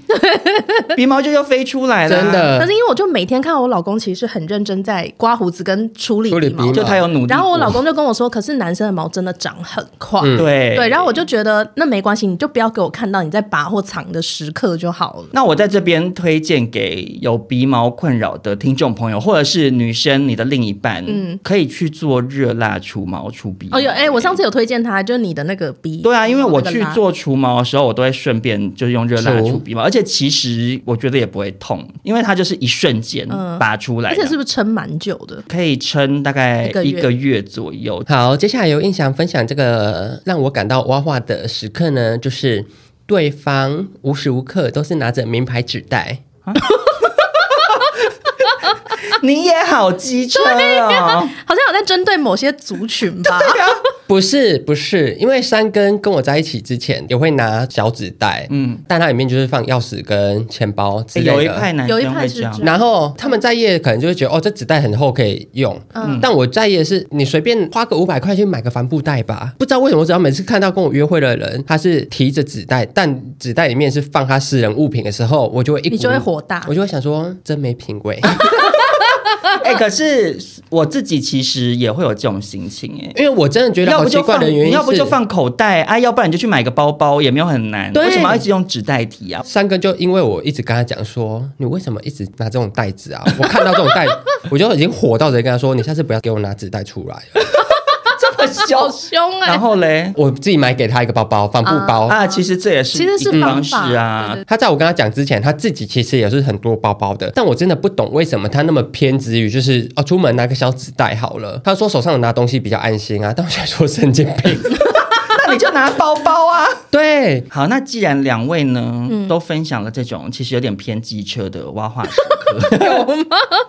Speaker 1: 鼻毛就又飞出来了。
Speaker 2: 真，的
Speaker 4: 但是因为我就每天看到我老公其实是很认真在刮胡子跟处理
Speaker 2: 处理
Speaker 4: 鼻毛
Speaker 2: 鼻
Speaker 4: 的，
Speaker 1: 就他有努力过。
Speaker 4: 然后我老公就跟我说，可是男生的毛真的长很快。
Speaker 2: 嗯
Speaker 1: 对
Speaker 4: 对，然后我就觉得那没关系，你就不要给我看到你在拔或藏的时刻就好了。
Speaker 1: 那我在这边推荐给有鼻毛困扰的听众朋友，或者是女生你的另一半，
Speaker 4: 嗯
Speaker 1: 可以去做热蜡除毛除鼻。
Speaker 4: 哦，有哎、我上次有推荐他，就是你的那个鼻。
Speaker 1: 对啊，因为我
Speaker 4: 那个
Speaker 1: 去
Speaker 4: 拉，
Speaker 1: 做除毛的时候，我都会顺便就是用热蜡
Speaker 2: 除
Speaker 1: 除鼻毛，而且其实我觉得也不会痛，因为它就是一瞬间
Speaker 4: 嗯
Speaker 1: 拔出来
Speaker 4: 而
Speaker 1: 的，
Speaker 4: 且是不是撑蛮久的？
Speaker 1: 可以撑大概
Speaker 4: 一个
Speaker 1: 一
Speaker 4: 月
Speaker 1: 个月左右。
Speaker 2: 好，接下来由印象分享这个让我感到哇哇的时刻呢，就是对方无时无刻都是拿着名牌纸袋。
Speaker 1: 你也好机车哦，
Speaker 4: 好像有在针对某些族群吧？
Speaker 2: 不是不是，因为山根跟我在一起之前也会拿小纸袋，
Speaker 1: 嗯，
Speaker 2: 但它里面就是放钥匙跟钱包
Speaker 1: 欸
Speaker 2: 之类的。
Speaker 1: 有一派男
Speaker 4: 有一
Speaker 1: 生
Speaker 4: 派
Speaker 1: 会
Speaker 4: 是
Speaker 1: 这样
Speaker 4: 这。样
Speaker 2: 然后他们在业可能就会觉得哦，这纸袋很厚可以用，
Speaker 1: 嗯
Speaker 2: 但我在业是你随便花个五百块去买个帆布袋吧。不知道为什么，只要每次看到跟我约会的人，他是提着纸袋，但纸袋里面是放他私人物品的时候，我就会一股
Speaker 4: 你就会火大
Speaker 2: 我就会想说真没品味，
Speaker 1: 哎、可是我自己其实也会有这种心情哎、
Speaker 2: 因为我真的觉得
Speaker 1: 要
Speaker 2: 好
Speaker 1: 不
Speaker 2: 奇
Speaker 1: 就
Speaker 2: 怪
Speaker 1: 放，
Speaker 2: 的原因
Speaker 1: 你
Speaker 2: 是，
Speaker 1: 要不就放口袋啊，要不然你就去买个包包，也没有很难。
Speaker 2: 对
Speaker 1: 为什么要一直用纸代替啊？
Speaker 2: 三哥就因为我一直跟他讲说，你为什么一直拿这种袋子 啊？我看到这种袋，我就已经火到直接跟他说，你下次不要给我拿纸袋出来了。
Speaker 1: 这么
Speaker 4: 好
Speaker 1: 凶，
Speaker 4: 凶哎、
Speaker 1: 然后嘞
Speaker 2: 我自己买给他一个包包，帆布包。
Speaker 1: 啊，其实这也是
Speaker 4: 其实是
Speaker 1: 一个
Speaker 4: 方
Speaker 1: 方
Speaker 4: 法
Speaker 1: 式啊
Speaker 4: 对对。
Speaker 2: 他在我跟他讲之前，他自己其实也是很多包包的，但我真的不懂为什么他那么偏执于就是哦，出门拿个小纸袋好了。他说手上拿东西比较安心啊，但我想说神经 病。
Speaker 1: 那你就拿包包啊。
Speaker 2: 对，
Speaker 1: 好，那既然两位呢、
Speaker 4: 嗯
Speaker 1: 都分享了这种其实有点偏机车的挖话时 刻，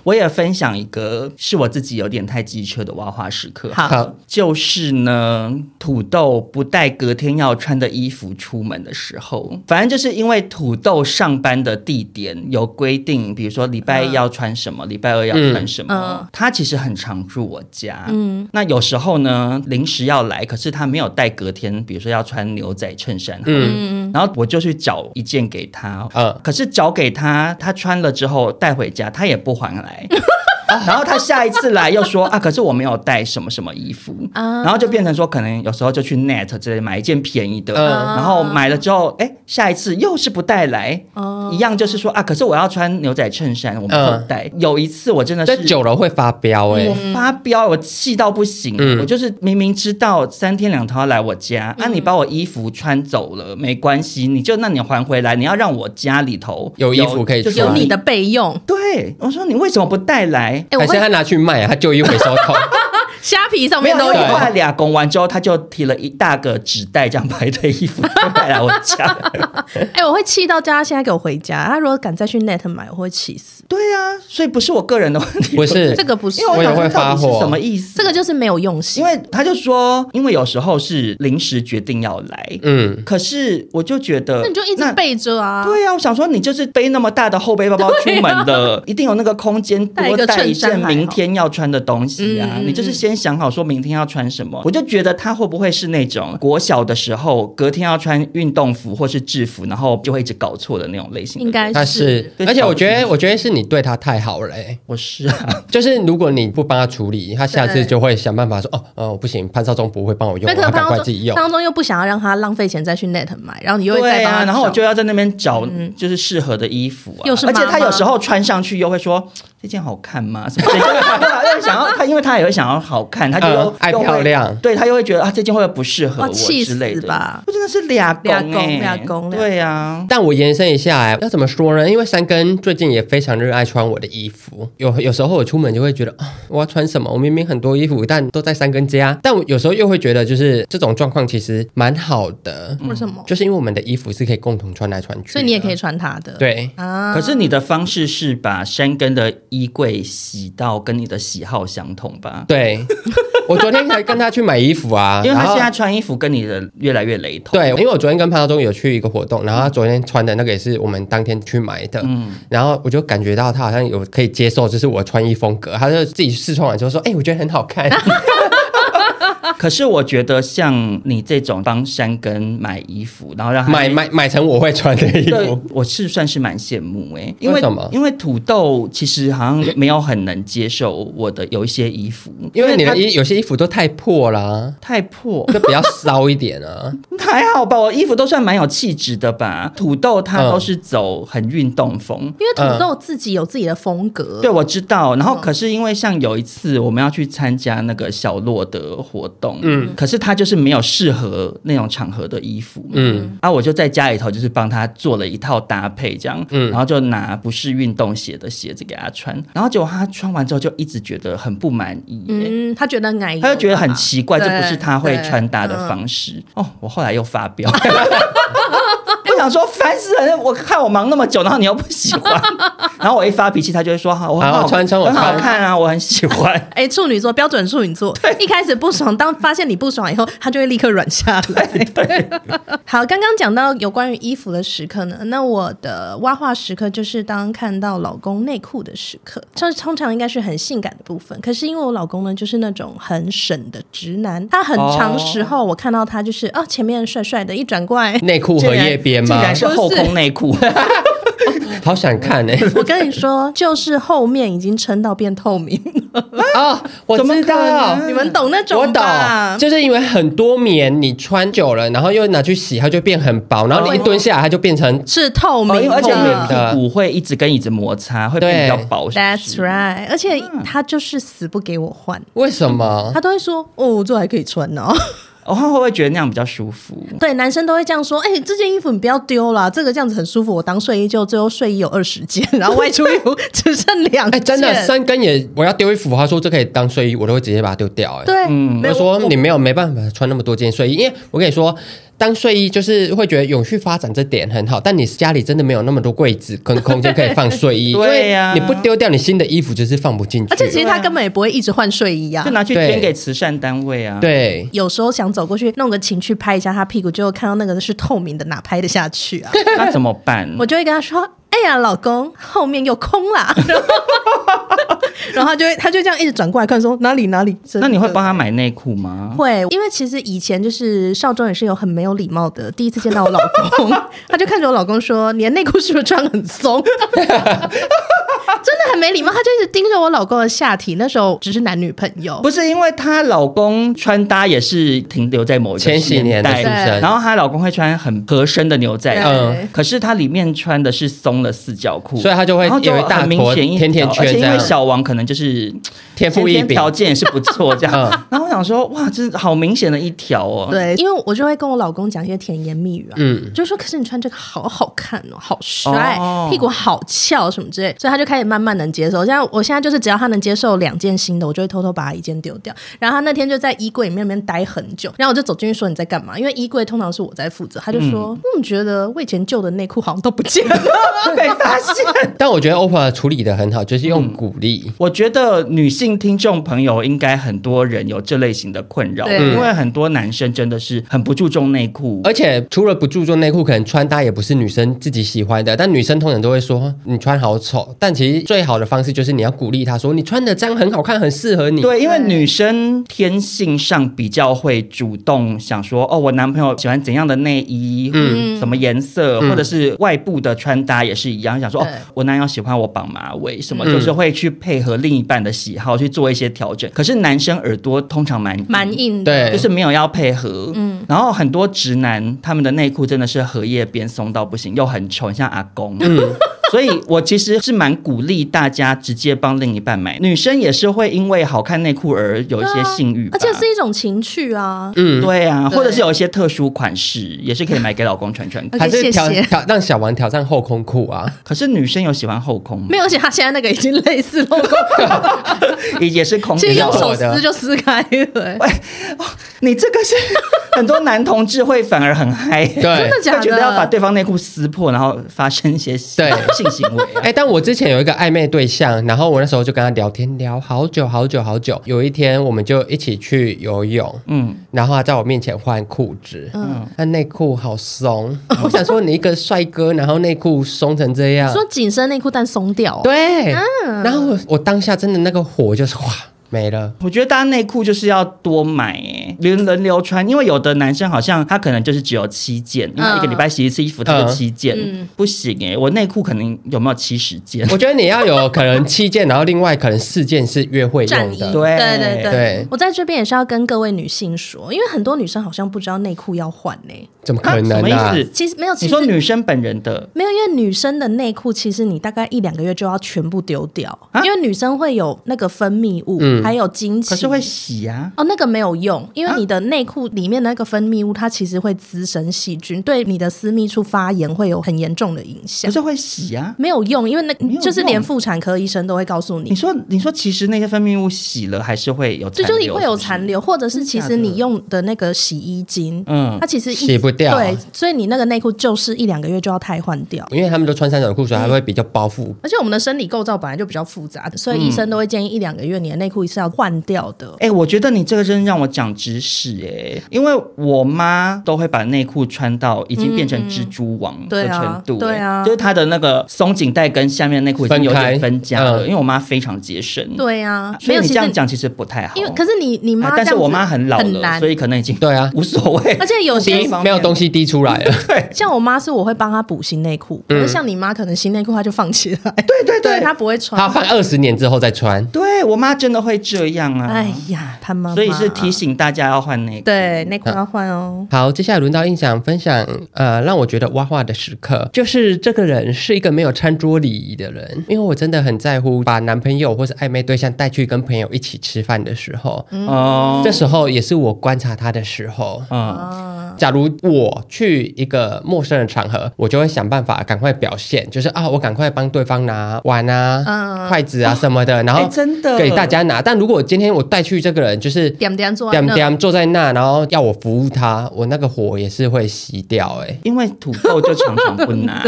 Speaker 1: 我也分享一个是我自己有点太机车的挖话时刻。
Speaker 4: 好
Speaker 2: 好，
Speaker 1: 就是呢，土豆不带隔天要穿的衣服出门的时候，反正就是因为土豆上班的地点有规定，比如说礼拜一要穿什么，礼拜二要穿什么
Speaker 4: 嗯。
Speaker 1: 他其实很常住我家，嗯，那有时候呢临时要来，可是他没有带隔天，比如说要穿牛仔衬衫，
Speaker 2: 嗯，
Speaker 1: 然后我就去找一件给他，
Speaker 2: 嗯
Speaker 1: 可是找给他，他穿了之后带回家，他也不还 来。然后他下一次来又说啊，可是我没有带什么什么衣服，
Speaker 4: 啊
Speaker 1: 然后就变成说，可能有时候就去 Net 之类买一件便宜的，
Speaker 2: 嗯
Speaker 1: 然后买了之后，哎，下一次又是不带来，
Speaker 4: 哦
Speaker 1: 一样就是说啊，可是我要穿牛仔衬衫，我没有
Speaker 2: 嗯
Speaker 1: 带。有一次我真的
Speaker 2: 这
Speaker 1: 是
Speaker 2: 久了会发飙哎、
Speaker 1: 我
Speaker 4: 嗯
Speaker 1: 发飙，我气到不行。
Speaker 2: 嗯
Speaker 1: 我就是明明知道三天两头要来我家，啊，你把我衣服穿走了，没关系，你就那你还回来，你要让我家里头
Speaker 2: 有衣服可以
Speaker 1: 就是
Speaker 2: 穿
Speaker 4: 有你的。备用。
Speaker 1: 对，我说你为什么不带来？
Speaker 2: 还
Speaker 4: 哎、我
Speaker 2: 是他
Speaker 4: 会
Speaker 2: 拿去卖、啊，他旧衣回收 桶。
Speaker 4: 虾皮上
Speaker 1: 没有，
Speaker 4: 面
Speaker 1: 因
Speaker 4: 都
Speaker 1: 为后
Speaker 4: 有。
Speaker 1: 来俩拱完之后，他就提了一大个纸袋，这样把一堆衣服都带来我 家。
Speaker 4: 哎、我会气到叫他现在给我回家。他如果敢再去 Net 买，我会气死。
Speaker 1: 对啊，所以不是我个人的问题，
Speaker 2: 不是
Speaker 4: 这个不是
Speaker 1: 因为我
Speaker 2: 也
Speaker 1: 想
Speaker 2: 会
Speaker 1: 说
Speaker 2: 发
Speaker 1: 到底
Speaker 2: 火
Speaker 1: 是什么意思？
Speaker 4: 这个就是没有用心
Speaker 1: 因。为他就说，因为有时候是临时决定要来，
Speaker 2: 嗯，
Speaker 1: 可是我就觉得
Speaker 4: 那你就一直
Speaker 1: 那
Speaker 4: 备着啊。
Speaker 1: 对呀、我想说你就是背那么大的后背包包出门的，一定有那个空间
Speaker 4: 啊带一
Speaker 1: 多
Speaker 4: 个
Speaker 1: 带一
Speaker 4: 衬衫
Speaker 1: 件
Speaker 4: 还好
Speaker 1: 明天要穿的东西啊。
Speaker 4: 嗯嗯
Speaker 1: 你就是先想好说明天要穿什么。我就觉得他会不会是那种国小的时候隔天要穿运动服或是制服，然后就会一直搞错的那种类型的人。
Speaker 4: 应该
Speaker 2: 他是，而且我觉得，我觉得是你对他太好了、欸。
Speaker 1: 我是啊，
Speaker 2: 就是如果你不帮他处理，他下次
Speaker 4: 对
Speaker 2: 就会想办法说哦，哦，不行，潘少忠不会帮我用，
Speaker 4: 那可
Speaker 1: 啊
Speaker 2: 他
Speaker 4: 能
Speaker 2: 赶
Speaker 4: 潘
Speaker 2: 快
Speaker 4: 当
Speaker 2: 自己
Speaker 4: 中，
Speaker 2: 用。
Speaker 4: 当中又不想要让他浪费钱再去 Net 买，然后你又会
Speaker 1: 对
Speaker 4: 再帮他
Speaker 1: 啊，
Speaker 4: 找嗯
Speaker 1: 然后我就要在那边找就是适合的衣服啊，
Speaker 4: 又是
Speaker 1: 而且
Speaker 4: 妈
Speaker 1: 他
Speaker 4: 妈
Speaker 1: 有时候穿上去又会说这件好看吗？什么 这件？因为想要他，因为他也会想要好看，他就又、
Speaker 2: 嗯爱
Speaker 1: 又会
Speaker 2: 漂亮
Speaker 1: 对他又会觉得啊这件会不会不适合
Speaker 4: 哇
Speaker 1: 我
Speaker 4: 哦气
Speaker 1: 之类
Speaker 4: 死
Speaker 1: 的
Speaker 4: 吧
Speaker 1: 我真的是俩公
Speaker 4: 俩公
Speaker 1: 欸
Speaker 4: 俩公俩
Speaker 1: 对啊。
Speaker 2: 但我延伸一下、欸，要怎么说呢？因为三根最近也非常热爱穿我的衣服，有有时候我出门就会觉得，啊，我要穿什么？我明明很多衣服，但都在三根家。但我有时候又会觉得，就是这种状况其实蛮好的，
Speaker 1: 嗯
Speaker 4: 为什么？
Speaker 2: 就是因为我们的衣服是可以共同穿来穿去的，
Speaker 4: 嗯所以你也可以穿他的。
Speaker 2: 对。
Speaker 4: 啊，
Speaker 1: 可是你的方式是把山根的衣柜洗到跟你的喜好相同同吧？
Speaker 2: 对， 我昨天才跟他去买衣服啊，
Speaker 1: 因为他
Speaker 2: 然后
Speaker 1: 现在穿衣服跟你的越来越雷同。
Speaker 2: 对，因为我昨天跟潘少忠有去一个活动，然后他昨天穿的那个也是我们当天去买的，
Speaker 1: 嗯
Speaker 2: 然后我就感觉到他好像有可以接受，就是我穿衣风格，他就自己试穿完之后说，哎、我觉得很好看，
Speaker 1: 可是我觉得像你这种帮山根买衣服，然后让他
Speaker 2: 买买买成我会穿的衣
Speaker 1: 对
Speaker 2: 服，，
Speaker 1: 我是算是蛮羡慕哎、因
Speaker 2: 为什么
Speaker 1: 因为土豆其实好像没有很能接受我的有一些衣服，
Speaker 2: 因为你
Speaker 1: 它
Speaker 2: 的衣有些衣服都太破 啦，
Speaker 1: 太破，
Speaker 2: 就比较骚一点啊，
Speaker 1: 还好吧，我衣服都算蛮有气质的吧。土豆它
Speaker 2: 嗯
Speaker 1: 都是走很运动风。
Speaker 4: 因为土豆自己有自己的风格，
Speaker 1: 嗯对，我知道。然后，可是因为像有一次我们要去参加那个小洛的活动，嗯，可是他就是没有适合那种场合的衣服，
Speaker 2: 嗯
Speaker 1: 嗯，啊，我就在家里头就是帮他做了一套搭配这样，
Speaker 2: 嗯
Speaker 1: 嗯，然后就拿不是运动鞋的鞋子给他穿，然后结果他穿完之后就一直觉得很不满意、欸。
Speaker 4: 嗯，他觉得很矮，
Speaker 1: 他就觉得很奇怪，这
Speaker 4: 对嗯
Speaker 1: 不是他会穿搭的方式、哦。我后来又发飙， 我想说烦死人！我看我忙那么久，然后你又不喜欢，然后我一发脾气，他就会说：“好，我很
Speaker 2: 好
Speaker 1: 好
Speaker 2: 穿穿我
Speaker 1: 很好
Speaker 2: 穿
Speaker 1: 看啊，我很喜欢。
Speaker 4: 哎，处女座标准处女座，一开始不爽，当发现你不爽以后，他就会立刻软下来。 好，刚刚讲到有关于衣服的时刻呢，那我的挖话时刻就是当看到老公内裤的时刻，这通常应该是很性感的部分。可是因为我老公呢，就是那种很省的直男，他很长
Speaker 1: 哦
Speaker 4: 时候我看到他就是啊、前面帅帅的，一转过来，
Speaker 2: 内裤荷叶边
Speaker 1: 竟
Speaker 2: 吗？
Speaker 1: 然是后空内裤，
Speaker 2: 好想看欸呢、
Speaker 4: 我跟你说，就是后面已经撑到变透明了，
Speaker 2: 哦，我
Speaker 1: 啊怎么
Speaker 2: 知道
Speaker 1: 可，能
Speaker 4: 你们懂那
Speaker 2: 我
Speaker 4: 种
Speaker 2: 懂
Speaker 4: 吧？，
Speaker 2: 就是因为很多棉你穿久了，然后又拿去洗，它就变很薄，然后你一蹲下来，它就变成
Speaker 4: 是透明
Speaker 1: 哦
Speaker 4: 的，
Speaker 1: 因为而且
Speaker 2: 透
Speaker 1: 你
Speaker 2: 明
Speaker 1: 的
Speaker 2: 的
Speaker 1: 屁股会一直跟椅子摩擦，会变得比较薄。是不
Speaker 4: That's
Speaker 1: 是嗯啊
Speaker 4: right，而且他就是死不给我换，
Speaker 2: 为什么？
Speaker 4: 他都会说哦，这还可以穿 哦。
Speaker 1: 哦，他会不会觉得那样比较舒服？
Speaker 4: 对，男生都会这样说，哎、这件衣服你不要丢啦，这个这样子很舒服。我当睡衣就最后睡衣有二十件， 然后外出衣服只剩两
Speaker 2: 哎、
Speaker 4: 件。
Speaker 2: 真的，三根也，我要丢衣服，他说这可以当睡衣，我都会直接把它丢掉、哎，
Speaker 4: 对，
Speaker 1: 嗯
Speaker 4: 没
Speaker 2: 我
Speaker 4: 有
Speaker 2: 说你没有没办法穿那么多件睡衣，因为我跟你说，当睡衣就是会觉得永续发展这点很好，但你家里真的没有那么多柜子跟空间可以放睡 衣，
Speaker 1: 对
Speaker 2: 因为
Speaker 1: 呀
Speaker 2: 你不丢掉，你新的衣服就是放不进去。
Speaker 4: 而且其实他根本也不会一直换睡衣啊
Speaker 1: 就。拿去
Speaker 2: 对
Speaker 1: 捐给慈善单位啊。，
Speaker 2: 对，
Speaker 4: 有时候想走过去弄个情趣拍一下他屁股，结果看到那个是透明的，哪拍得下去 啊？
Speaker 1: 那怎么办？
Speaker 4: 我就会跟他说：“哎呀，老公，后面又空啦。”然后 然后他就会他就这样一直转过来看说：“哪里哪里？”真 的
Speaker 1: 那你会帮他买内裤吗？
Speaker 4: 会，因为其实以前就是少壮也是有很没有礼貌的。第一次见到我老公，他就看着我老公说：“你的内裤是不是穿很松？” 真的很没礼貌，他就一直盯着我老公的下体。那时候只是男女朋友，
Speaker 1: 不是因为她老公穿搭也是停留在某一个
Speaker 2: 千禧年的
Speaker 1: 代
Speaker 2: 是不
Speaker 4: 对
Speaker 2: 是？
Speaker 1: 然后她老公会穿很合身的牛仔裤，
Speaker 2: 嗯
Speaker 4: 对，
Speaker 1: 可是她里面穿的是松了四角裤，
Speaker 2: 所以他就会
Speaker 1: 然后就
Speaker 2: 有一大
Speaker 1: 很明
Speaker 2: 坨
Speaker 1: 显一条
Speaker 2: 甜甜圈
Speaker 1: 而且因
Speaker 2: 这
Speaker 1: 为
Speaker 2: 样
Speaker 1: 小王可能就是
Speaker 2: 天赋
Speaker 1: 先
Speaker 2: 异
Speaker 1: 天
Speaker 2: 禀，
Speaker 1: 条件也是不错，这样。
Speaker 2: 嗯
Speaker 1: 然后我想说，哇，这是好明显的一条哦。，
Speaker 4: 对，因为我就会跟我老公讲一些甜言蜜语啊，
Speaker 2: 嗯，
Speaker 4: 就说可是你穿这个好好看哦，好帅，
Speaker 1: 哦
Speaker 4: 屁股好翘什么之类，所以他就开始慢慢能接受。现在我现在就是只要他能接受两件新的，我就会偷偷把他一件丢掉。然后他那天就在衣柜里面里面待很久，然后我就走进去说你在干嘛？因为衣柜通常是我在负责，他就说嗯，觉得我以前旧的内裤好像都不见了，
Speaker 1: 被发现。
Speaker 2: 但我觉得 OPPO 处理的很好，就是
Speaker 4: 嗯
Speaker 2: 用鼓励。
Speaker 1: 我觉得女性听众朋友应该很多人有这类型的困扰，
Speaker 4: 对
Speaker 1: 因为很多男生真的是很不注重内裤，
Speaker 2: 而且除了不注重内裤，可能穿搭也不是女生自己喜欢的。但女生通常都会说你穿好丑，但其实最好的方式就是你要鼓励她说你穿的这样很好看，很适合你。
Speaker 1: 对，因为女生天性上比较会主动想说，哦，我男朋友喜欢怎样的内衣，嗯，什么颜色，或者是外部的穿搭也是一样，想说，哦
Speaker 4: 对，
Speaker 1: 我男友喜欢我绑马尾，什么，
Speaker 2: 嗯
Speaker 1: 就是会去配合另一半的喜好去做一些调整。可是男生耳朵通常蛮
Speaker 4: 蛮。硬的。
Speaker 2: 对，
Speaker 1: 就是没有要配合，嗯，然后很多直男他们的内裤真的是荷叶边松到不行，又很丑，很像阿公，
Speaker 2: 嗯
Speaker 1: 所以我其实是蛮鼓励大家直接帮另一半买，女生也是会因为好看内裤而有一些性欲吧，
Speaker 4: 啊而且是一种情趣啊，
Speaker 2: 嗯，
Speaker 1: 对啊，
Speaker 4: 对呃
Speaker 1: 或者是有一些特殊款式也是可以买给老公穿穿看。
Speaker 2: 还是
Speaker 4: OK，
Speaker 2: 挑
Speaker 4: 谢谢
Speaker 2: 挑让小王挑战后空裤啊，
Speaker 1: 可是女生有喜欢后空吗
Speaker 4: 没？有，而且他现在那个已经类似露过，
Speaker 1: 也也是空
Speaker 4: 其实
Speaker 1: 比较
Speaker 4: 用
Speaker 1: 厚
Speaker 4: 手
Speaker 1: 的。
Speaker 4: 撕就撕开了。
Speaker 1: 你这个是很多男同志会反而很嗨，
Speaker 2: 对
Speaker 4: 真的假
Speaker 1: 会觉得要把
Speaker 4: 的？
Speaker 1: 对方内裤撕破，然后发生一些性
Speaker 2: 对
Speaker 1: 性行为啊。
Speaker 2: 哎、但我之前有一个暧昧对象，然后我那时候就跟他聊天，聊好久好久好久。有一天我们就一起去游泳，
Speaker 1: 嗯，
Speaker 2: 然后他在我面前换裤子，
Speaker 4: 嗯
Speaker 2: 嗯，他内裤好松，我想说你一个帅哥，然后内裤松成这样，
Speaker 4: 说紧身内裤但松掉哦、
Speaker 2: 对，
Speaker 4: 嗯
Speaker 2: 然后我我当下真的那个火就是哇没了，
Speaker 1: 我觉得大家内裤就是要多买、哎，轮轮流穿，因为有的男生好像他可能就是只有七件，因为一个礼拜洗一次衣服，他就七件，
Speaker 4: 嗯
Speaker 1: 不行哎、我内裤可能有没有七十 件？
Speaker 2: 我觉得你要有可能七件，然后另外可能四件是约会
Speaker 4: 战
Speaker 2: 用
Speaker 4: 衣，
Speaker 2: 的，
Speaker 1: 对
Speaker 4: 对对
Speaker 2: 对
Speaker 4: 我在这边也是要跟各位女性说，因为很多女生好像不知道内裤要换呢、
Speaker 2: 怎么可
Speaker 1: 什
Speaker 2: 能
Speaker 1: 么
Speaker 2: 啊？
Speaker 1: 意思？
Speaker 4: 其实没有，其
Speaker 1: 你
Speaker 4: 实
Speaker 1: 说女生本人的
Speaker 4: 没有，因为女生的内裤其实你大概一两个月就要全部丢掉，
Speaker 1: 啊
Speaker 4: 因为女生会有那个分泌物，
Speaker 2: 嗯
Speaker 4: 还有经期，
Speaker 1: 可是会洗啊，
Speaker 4: 哦，那个没有用，因为
Speaker 1: 啊
Speaker 4: 你的内裤里面那个分泌物，它其实会滋生细菌，对你的私密处发炎会有很严重的影响
Speaker 1: 可。是会洗啊。
Speaker 4: 没有用，因为那
Speaker 1: 没有
Speaker 4: 就是
Speaker 1: 用
Speaker 4: 连妇产科医生都会告诉
Speaker 1: 你说，你说，其实那些分泌物洗了还是会有残
Speaker 4: 这
Speaker 1: 留，
Speaker 4: 就是会有
Speaker 1: 是不是
Speaker 4: 残留，或者是其
Speaker 1: 真
Speaker 4: 实
Speaker 1: 假的
Speaker 4: 你用的那个洗衣精，
Speaker 1: 嗯
Speaker 4: 它其实一
Speaker 2: 洗不
Speaker 1: 啊
Speaker 2: 掉
Speaker 4: 对，所以你那个内裤就是一两个月就要汰换掉。
Speaker 2: 因为他们都穿三角裤，
Speaker 4: 嗯
Speaker 2: 所以还会比较包覆。
Speaker 4: 而且我们的生理构造本来就比较复杂，所以医生都会建议一两个月你的内裤是要换掉的。
Speaker 1: 哎、我觉得你这个真的让我长知识哎、因为我妈都会把内裤穿到已经变成蜘蛛网
Speaker 4: 对
Speaker 1: 的
Speaker 4: 啊
Speaker 1: 程度、欸
Speaker 4: 对啊
Speaker 1: 就是她的那个松紧带跟下面内裤已经有
Speaker 2: 分开
Speaker 1: 点分家了，
Speaker 2: 嗯
Speaker 1: 因为我妈非常节省，、
Speaker 4: 对呀、啊，
Speaker 1: 所
Speaker 4: 没
Speaker 1: 以
Speaker 4: 有
Speaker 1: 你
Speaker 4: 其
Speaker 1: 这
Speaker 4: 实
Speaker 1: 样讲其实不太好，
Speaker 4: 因为可是你你妈
Speaker 1: 哎
Speaker 4: 这样
Speaker 1: 但
Speaker 4: 子、
Speaker 1: 是我妈很老
Speaker 4: 很
Speaker 1: 了，
Speaker 4: 难
Speaker 1: 所以可能已经
Speaker 2: 对啊，
Speaker 1: 无所谓，
Speaker 4: 而且有些
Speaker 1: 一方面
Speaker 2: 没有东西滴出来 了。
Speaker 4: 像我妈是我会帮她补新内裤，可是像你妈可能新内裤她就放起来，对
Speaker 1: 嗯 对对
Speaker 4: 她不会穿
Speaker 2: 他。放二十年之后再穿。
Speaker 1: 对我妈真的会这样啊，
Speaker 4: 哎呀，潘妈妈，
Speaker 1: 所以是提醒大家要换内裤，
Speaker 4: 对内裤要换哦。
Speaker 2: 好，接下来轮到印象分享，呃，让我觉得哇哇的时刻，就是这个人是一个没有餐桌礼仪的人，因为我真的很在乎把男朋友或是暧昧对象带去跟朋友一起吃饭的时候，
Speaker 1: 哦，
Speaker 2: 这时候也是我观察他的时候。
Speaker 1: 嗯。
Speaker 4: 啊，
Speaker 2: 假如我去一个陌生的场合，我就会想办法赶快表现，就是啊，我赶快帮对方拿碗啊、
Speaker 4: 嗯
Speaker 2: 筷子啊什么的，然后
Speaker 1: 哎真的
Speaker 2: 给大家拿。但如果今天我带去这个人，就是
Speaker 4: 点点坐在
Speaker 2: 点
Speaker 4: 那
Speaker 2: 点坐在那，然后要我服务他，我那个火也是会熄掉、欸。
Speaker 1: 因为土豆就常常不拿、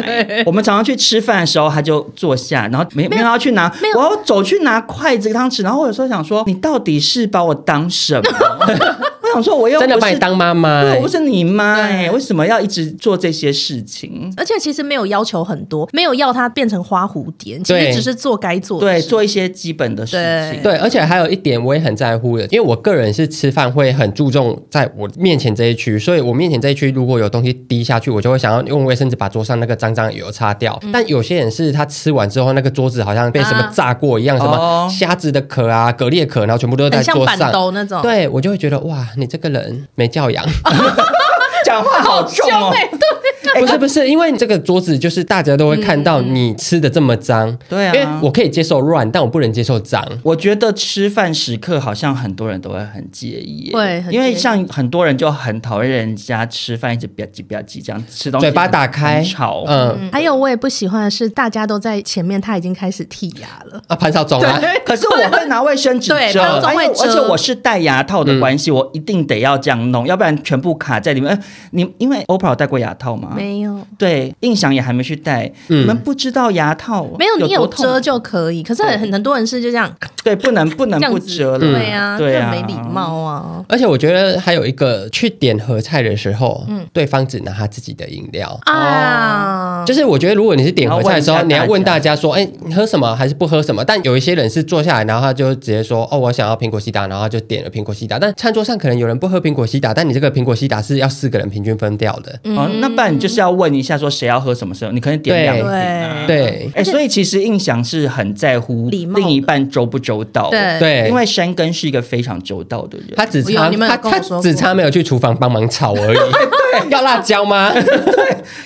Speaker 1: 我们常常去吃饭的时候，他就坐下，然后没没有要去拿
Speaker 4: 没，有
Speaker 1: 我要走去拿筷子、汤匙，然后我有时候想说，你到底是把我当什么？ 我想说，我又
Speaker 2: 真的
Speaker 1: 不
Speaker 2: 把你
Speaker 1: 是，
Speaker 2: 当妈妈、
Speaker 1: 对，
Speaker 2: 欸
Speaker 1: 我不是你妈哎、
Speaker 4: 对
Speaker 1: 为什么要一直做这些事情？
Speaker 4: 而且其实没有要求很多，没有要它变成花蝴蝶，其实
Speaker 2: 对
Speaker 4: 只是做该做的
Speaker 1: 对，
Speaker 4: 事
Speaker 1: 做一些基本的事情。
Speaker 2: 对，而且还有一点我也很在乎的，因为我个人是吃饭会很注重在我面前这一区，所以我面前这一区如果有东西滴下去，我就会想要用卫生纸把桌上那个脏脏的油擦掉。
Speaker 4: 嗯
Speaker 2: 但有些人是他吃完之后，那个桌子好像被什么
Speaker 4: 啊
Speaker 2: 炸过一样，什
Speaker 1: 哦
Speaker 2: 么虾子的壳啊、蛤蜊的壳，然后全部都在
Speaker 4: 很像
Speaker 2: 桌
Speaker 4: 板
Speaker 2: 上。
Speaker 4: 豆那种。
Speaker 2: 对，我就会觉得哇，你这个人没教养。
Speaker 1: 讲话好重哦、
Speaker 4: 对哎
Speaker 2: 不是不是，因为你这个桌子就是大家都会看到你吃的这么脏。
Speaker 1: 对啊
Speaker 2: 因为我可以接受乱，但我不能接受脏。
Speaker 1: 我觉得吃饭时刻好像很多人都会很介意耶，
Speaker 4: 会很
Speaker 1: 因为
Speaker 4: 介意
Speaker 1: 像很多人就很讨厌人家吃饭一直吧唧吧唧这样吃东西，
Speaker 2: 嘴巴打开
Speaker 1: 很吵，
Speaker 2: 嗯
Speaker 4: 还有我也不喜欢的是，大家都在前面，他已经开始剔牙了。
Speaker 2: 啊，潘少忠啊，
Speaker 1: 哦可是我会拿卫生纸
Speaker 4: 对
Speaker 1: 遮，
Speaker 4: 当中
Speaker 1: 哎
Speaker 4: 会
Speaker 1: 呦
Speaker 4: 遮
Speaker 1: 而且我是戴牙套的关系，我一定得要这样弄，要不然全部卡在里面。呃你因为 OPRA 有戴过牙套吗？
Speaker 4: 没有，
Speaker 1: 对，印象也还没去戴，
Speaker 2: 嗯
Speaker 1: 你们不知道牙套
Speaker 4: 没有，你有啊
Speaker 1: 有多痛
Speaker 4: 遮就可以。可是很很多人是就这样
Speaker 1: 对，不能不能
Speaker 4: 这样
Speaker 1: 不
Speaker 4: 子，
Speaker 1: 遮了，
Speaker 4: 对呀，
Speaker 1: 对
Speaker 4: 就
Speaker 1: 啊，
Speaker 4: 很没礼。貌啊
Speaker 2: 而且我觉得还有一个，去点合菜的时候，对方只拿他自己的饮料。
Speaker 1: 哦
Speaker 4: 啊！
Speaker 2: 就是我觉得，如果你是点合菜的时候，
Speaker 1: 然
Speaker 2: 你要
Speaker 1: 后问
Speaker 2: 问
Speaker 1: 一下大
Speaker 2: 大家说：“哎、你喝什么还是不喝什么？”但有一些人是坐下来，然后他就直接说：“哦，我想要苹果西达。”然后他就点了苹果西达。但餐桌上可能有人不喝苹果西达，但你这个苹果西达是要四个人平均分掉的。
Speaker 1: 哦，那不然你就是要问一下说谁要喝什么时候，你可能点
Speaker 2: 对
Speaker 1: 两瓶
Speaker 4: 嗯对
Speaker 1: 啊。
Speaker 2: 对
Speaker 1: 哎，所以其实印象是很在乎
Speaker 4: 礼貌的
Speaker 1: 另一半周不周到，
Speaker 4: 对
Speaker 2: 对，
Speaker 1: 因为山根是一个非常周到的人，
Speaker 2: 他只
Speaker 4: 我有
Speaker 2: 差
Speaker 4: 你们有
Speaker 2: 他
Speaker 4: 跟我
Speaker 2: 他
Speaker 4: 说过
Speaker 2: 只差没有去厨房帮忙炒而已。 对，要辣椒吗？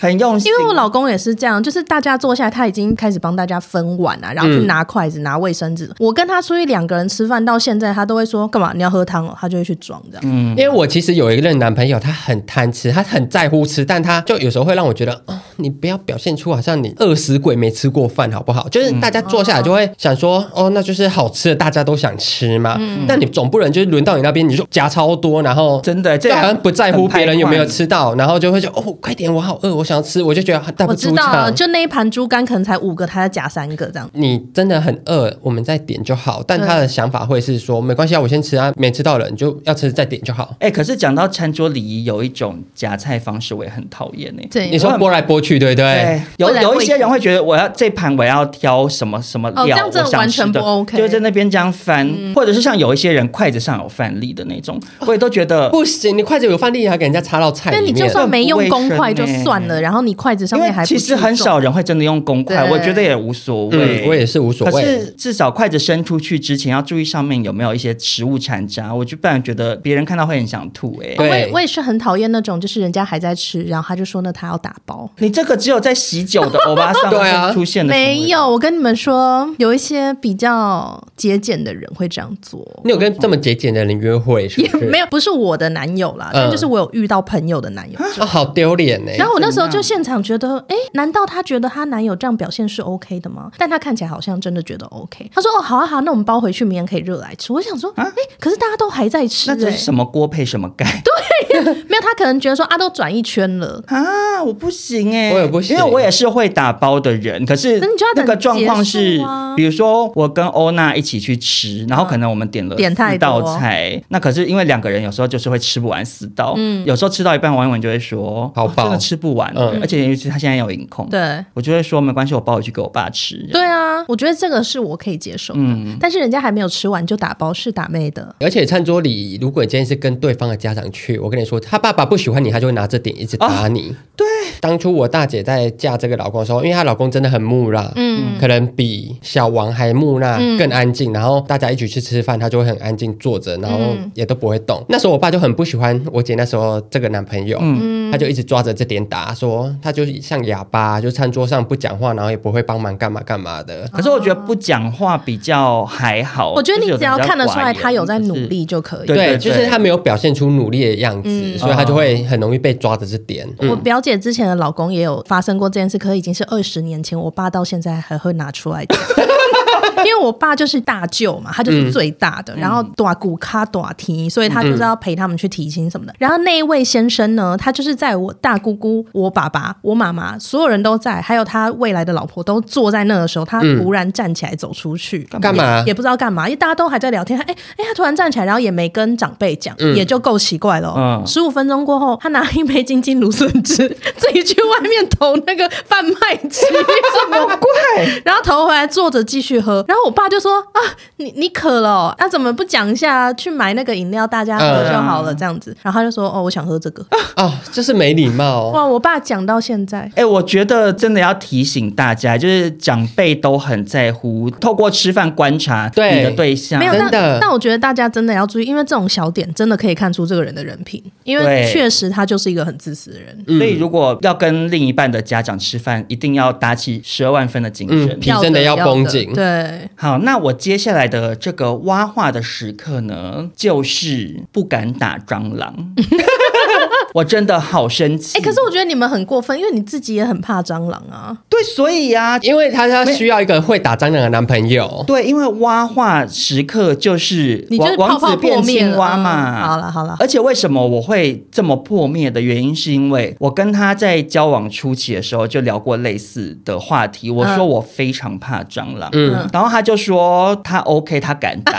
Speaker 1: 很用心。
Speaker 4: 因为我老公也是这样，就是大家坐下，他已经开始帮大家分碗啊，然后去
Speaker 1: 嗯
Speaker 4: 拿筷子、拿卫生纸。我跟他出去两个人吃饭到现在，他都会说干嘛？你要喝汤哦，他就会去装这
Speaker 1: 嗯
Speaker 2: 因
Speaker 4: 样。
Speaker 2: 为我其实有一任男朋友，他很贪吃，他很在乎吃，但他就有时候会让我觉得，哦，你不要表现出好像你饿死鬼没吃过饭，好不好？就是大家
Speaker 1: 嗯
Speaker 2: 坐下来就会想说，哦，那就是好吃的，大家都想吃嘛。那你总不能就是轮到你那边，你就夹超多，然后
Speaker 1: 嗯真的这
Speaker 2: 就好像不在乎
Speaker 1: 很排
Speaker 2: 别人有没有
Speaker 1: 外
Speaker 2: 吃到，然后就会说，哦，快点，我好饿，我想要吃，我就觉得大
Speaker 4: 我
Speaker 2: 不
Speaker 4: 知
Speaker 2: 出
Speaker 4: 道了，
Speaker 2: 场。
Speaker 4: 就那一盘猪肝可能才五个，他要夹三个这样。
Speaker 2: 你真的很饿，我们再点就好。但他的想法会是说，没关系啊，我先吃啊，没吃到了你就要吃再点就好。
Speaker 1: 哎、可是讲到餐桌礼仪，有一种夹菜方式我也很讨厌呢。
Speaker 4: 对
Speaker 2: 你说拨来拨去，对不对？
Speaker 1: 对，有
Speaker 4: 会来
Speaker 1: 有
Speaker 4: 会
Speaker 1: 一些人会觉得我要这盘我要挑什么什么料，
Speaker 4: 哦这样真的
Speaker 1: 我想
Speaker 4: 完全
Speaker 1: 吃的
Speaker 4: 不 OK 嗯
Speaker 1: 就在那边这样翻，或者是像有一些人筷子上有饭粒的那种，
Speaker 4: 哦
Speaker 1: 我也都觉得
Speaker 2: 不行，你筷子有饭粒还给人家插到菜
Speaker 4: 但
Speaker 2: 里
Speaker 4: 你就
Speaker 2: 面。
Speaker 4: 算没用公筷就
Speaker 1: 不
Speaker 4: 算
Speaker 1: 卫生
Speaker 4: 了，然后你筷子上
Speaker 1: 因为
Speaker 4: 面还不
Speaker 1: 其实
Speaker 4: 注
Speaker 1: 很
Speaker 4: 重
Speaker 1: 少人会真的用公筷，
Speaker 4: 对
Speaker 1: 我觉得也无所谓、
Speaker 2: 嗯，我也是无所
Speaker 1: 可
Speaker 2: 谓。
Speaker 1: 是至少筷子伸出去之前要注意上面有没有一些食物残渣，我就不然觉得别人看到会很想吐哎、
Speaker 2: 对
Speaker 4: 我也我也是很讨厌那种，就是人家还在吃，然后他就说那他要打包。
Speaker 1: 你这个只有在喜酒的欧巴上
Speaker 2: 对啊
Speaker 1: 会出现的行为
Speaker 4: 没有，我跟你们说，有一些比较节俭的人会这样做，
Speaker 2: 你有跟这么节俭的人约会是
Speaker 4: 也
Speaker 2: 不是？
Speaker 4: 没有，不是我的男友啦，
Speaker 2: 嗯
Speaker 4: 但就是我有遇到朋友的男友。
Speaker 2: 啊，好丢脸呢。
Speaker 4: 然后我那时候
Speaker 1: 怎
Speaker 4: 就
Speaker 1: 样
Speaker 4: 现场觉得，哎，难道她觉得她男友这样表现是 OK 的吗？但她看起来好像真的觉得 OK。她说：“哦，好啊，好啊，那我们包回去，明天可以热来吃。”我想说，哎、可是大家都还在吃、
Speaker 1: 啊
Speaker 4: 欸
Speaker 1: 那
Speaker 4: 诶
Speaker 1: 这是什么锅配什么盖？对
Speaker 4: 没有，她可能觉得说啊，都转一圈了，
Speaker 1: 啊，我不行哎、
Speaker 2: 我也不行
Speaker 1: 因为我也是会打包的人。可是
Speaker 4: 那你就要
Speaker 1: 那
Speaker 4: 等
Speaker 1: 个状况
Speaker 4: 结
Speaker 1: 是
Speaker 4: 束啊，
Speaker 1: 比如说我跟欧娜一起去吃，然后可能我们点了
Speaker 4: 点太
Speaker 1: 四道
Speaker 4: 多
Speaker 1: 菜，那可是因为两个人有时候就是会吃不完四道，
Speaker 4: 嗯
Speaker 1: 有时候吃到一半，王一文就会说：“
Speaker 2: 好
Speaker 1: 哦真
Speaker 2: 饱
Speaker 1: 的吃不完。”
Speaker 2: 嗯
Speaker 1: 而且尤其他现在有饮控，
Speaker 4: 对。
Speaker 1: 我就会说没关系，我包回去给我爸吃。
Speaker 4: 对啊，我觉得这个是我可以接受的，
Speaker 1: 嗯
Speaker 4: 但是人家还没有吃完就打包是打妹的，
Speaker 2: 而且餐桌里，如果你今天是跟对方的家长去，我跟你说，他爸爸不喜欢你，他就会拿这点一直打你。啊对，当初我大姐在嫁这个老公的时候，因为她老公真的很木讷，嗯，可能比小王还木讷，更安静。然后大家一起去吃饭，他就会很安静坐着，然后也都不会动。那时候我爸就很不喜欢我姐那时候这个男朋友，嗯，他就一直抓着这点打，说他就像哑巴，就餐桌上不讲话，然后也不会帮忙干嘛干嘛的。
Speaker 1: 可是我觉得不讲话比较还好。
Speaker 4: 我觉得
Speaker 1: 哦就
Speaker 4: 你
Speaker 1: 是有
Speaker 4: 只
Speaker 1: 的人
Speaker 4: 要
Speaker 1: 比较
Speaker 4: 看得出
Speaker 1: 寡
Speaker 4: 来
Speaker 1: 言
Speaker 4: 他有在
Speaker 1: 就是
Speaker 4: 努力就可以。
Speaker 1: 对
Speaker 2: 对，就是他没有表现出努力的样子，
Speaker 4: 嗯
Speaker 2: 所以他就会很容易被抓的这点。
Speaker 4: 我
Speaker 2: 嗯，
Speaker 4: 表姐之前的老公也有发生过这件事，可是已经是二十年前，我爸到现在还会拿出来讲。因为我爸就是大舅嘛，他就是最大的，然后短骨卡短提，所以他就是要陪他们去提亲什么的。然后那一位先生呢，他就是在我大姑姑、我爸爸、我妈妈，所有人都在，还有他未来的老婆都坐在那的时候，他突然站起来走出去，
Speaker 2: 嗯干嘛
Speaker 4: 也？不知道干嘛，因为大家都还在聊天。他哎哎，他突然站起来，然后也没跟长辈讲，
Speaker 2: 嗯
Speaker 4: 也就够奇怪了、哦。
Speaker 1: 嗯
Speaker 4: 十五、分钟过后，他拿一杯金金芦笋汁， 自己去外面投那个贩卖机，什
Speaker 1: 啊
Speaker 4: 么鬼？然后投回来坐着继续喝。然后我爸就说啊，你你渴了、哦，那、怎么不讲一下去买那个饮料大家喝就好了这样子？然后他就说哦，我想喝这个。
Speaker 2: 嗯哦，这是没礼貌。
Speaker 4: 哇，我爸讲到现在。
Speaker 1: 哎、我觉得真的要提醒大家，就是长辈都很在乎，透过吃饭观察
Speaker 2: 对
Speaker 1: 你的对象。
Speaker 4: 没有，
Speaker 2: 真
Speaker 4: 但
Speaker 2: 的
Speaker 4: 但我觉得大家真的要注意，因为这种小点真的可以看出这个人的人品，因为
Speaker 1: 对
Speaker 4: 确实他就是一个很自私的人。
Speaker 1: 所以如果要跟另一半的家长吃饭，一定要打起十二万分的精神。
Speaker 2: 嗯皮真的要绷紧
Speaker 4: 对，
Speaker 1: 好，那我接下来的这个挖话的时刻呢，就是不敢打蟑 螂。我真的好生气。
Speaker 4: 哎、可是我觉得你们很过分，因为你自己也很怕蟑螂啊。
Speaker 1: 对，所以呀、
Speaker 2: 因为他他需要一个会打蟑螂的男 朋友。
Speaker 1: 对，因为蛙化时刻就是
Speaker 4: 你就
Speaker 1: 王
Speaker 4: 是泡
Speaker 1: 王
Speaker 4: 泡
Speaker 1: 子
Speaker 4: 破
Speaker 1: 变
Speaker 4: 灭了
Speaker 1: 青蛙
Speaker 4: 嗯
Speaker 1: 嘛。
Speaker 4: 好了好了
Speaker 1: 而且为什么我会这么破灭的原因，是因为我跟他在交往初期的时候就聊过类似的话题。我说
Speaker 4: 嗯
Speaker 1: 我非常怕蟑螂，
Speaker 2: 嗯，
Speaker 1: 然后他就说他 OK，他敢打。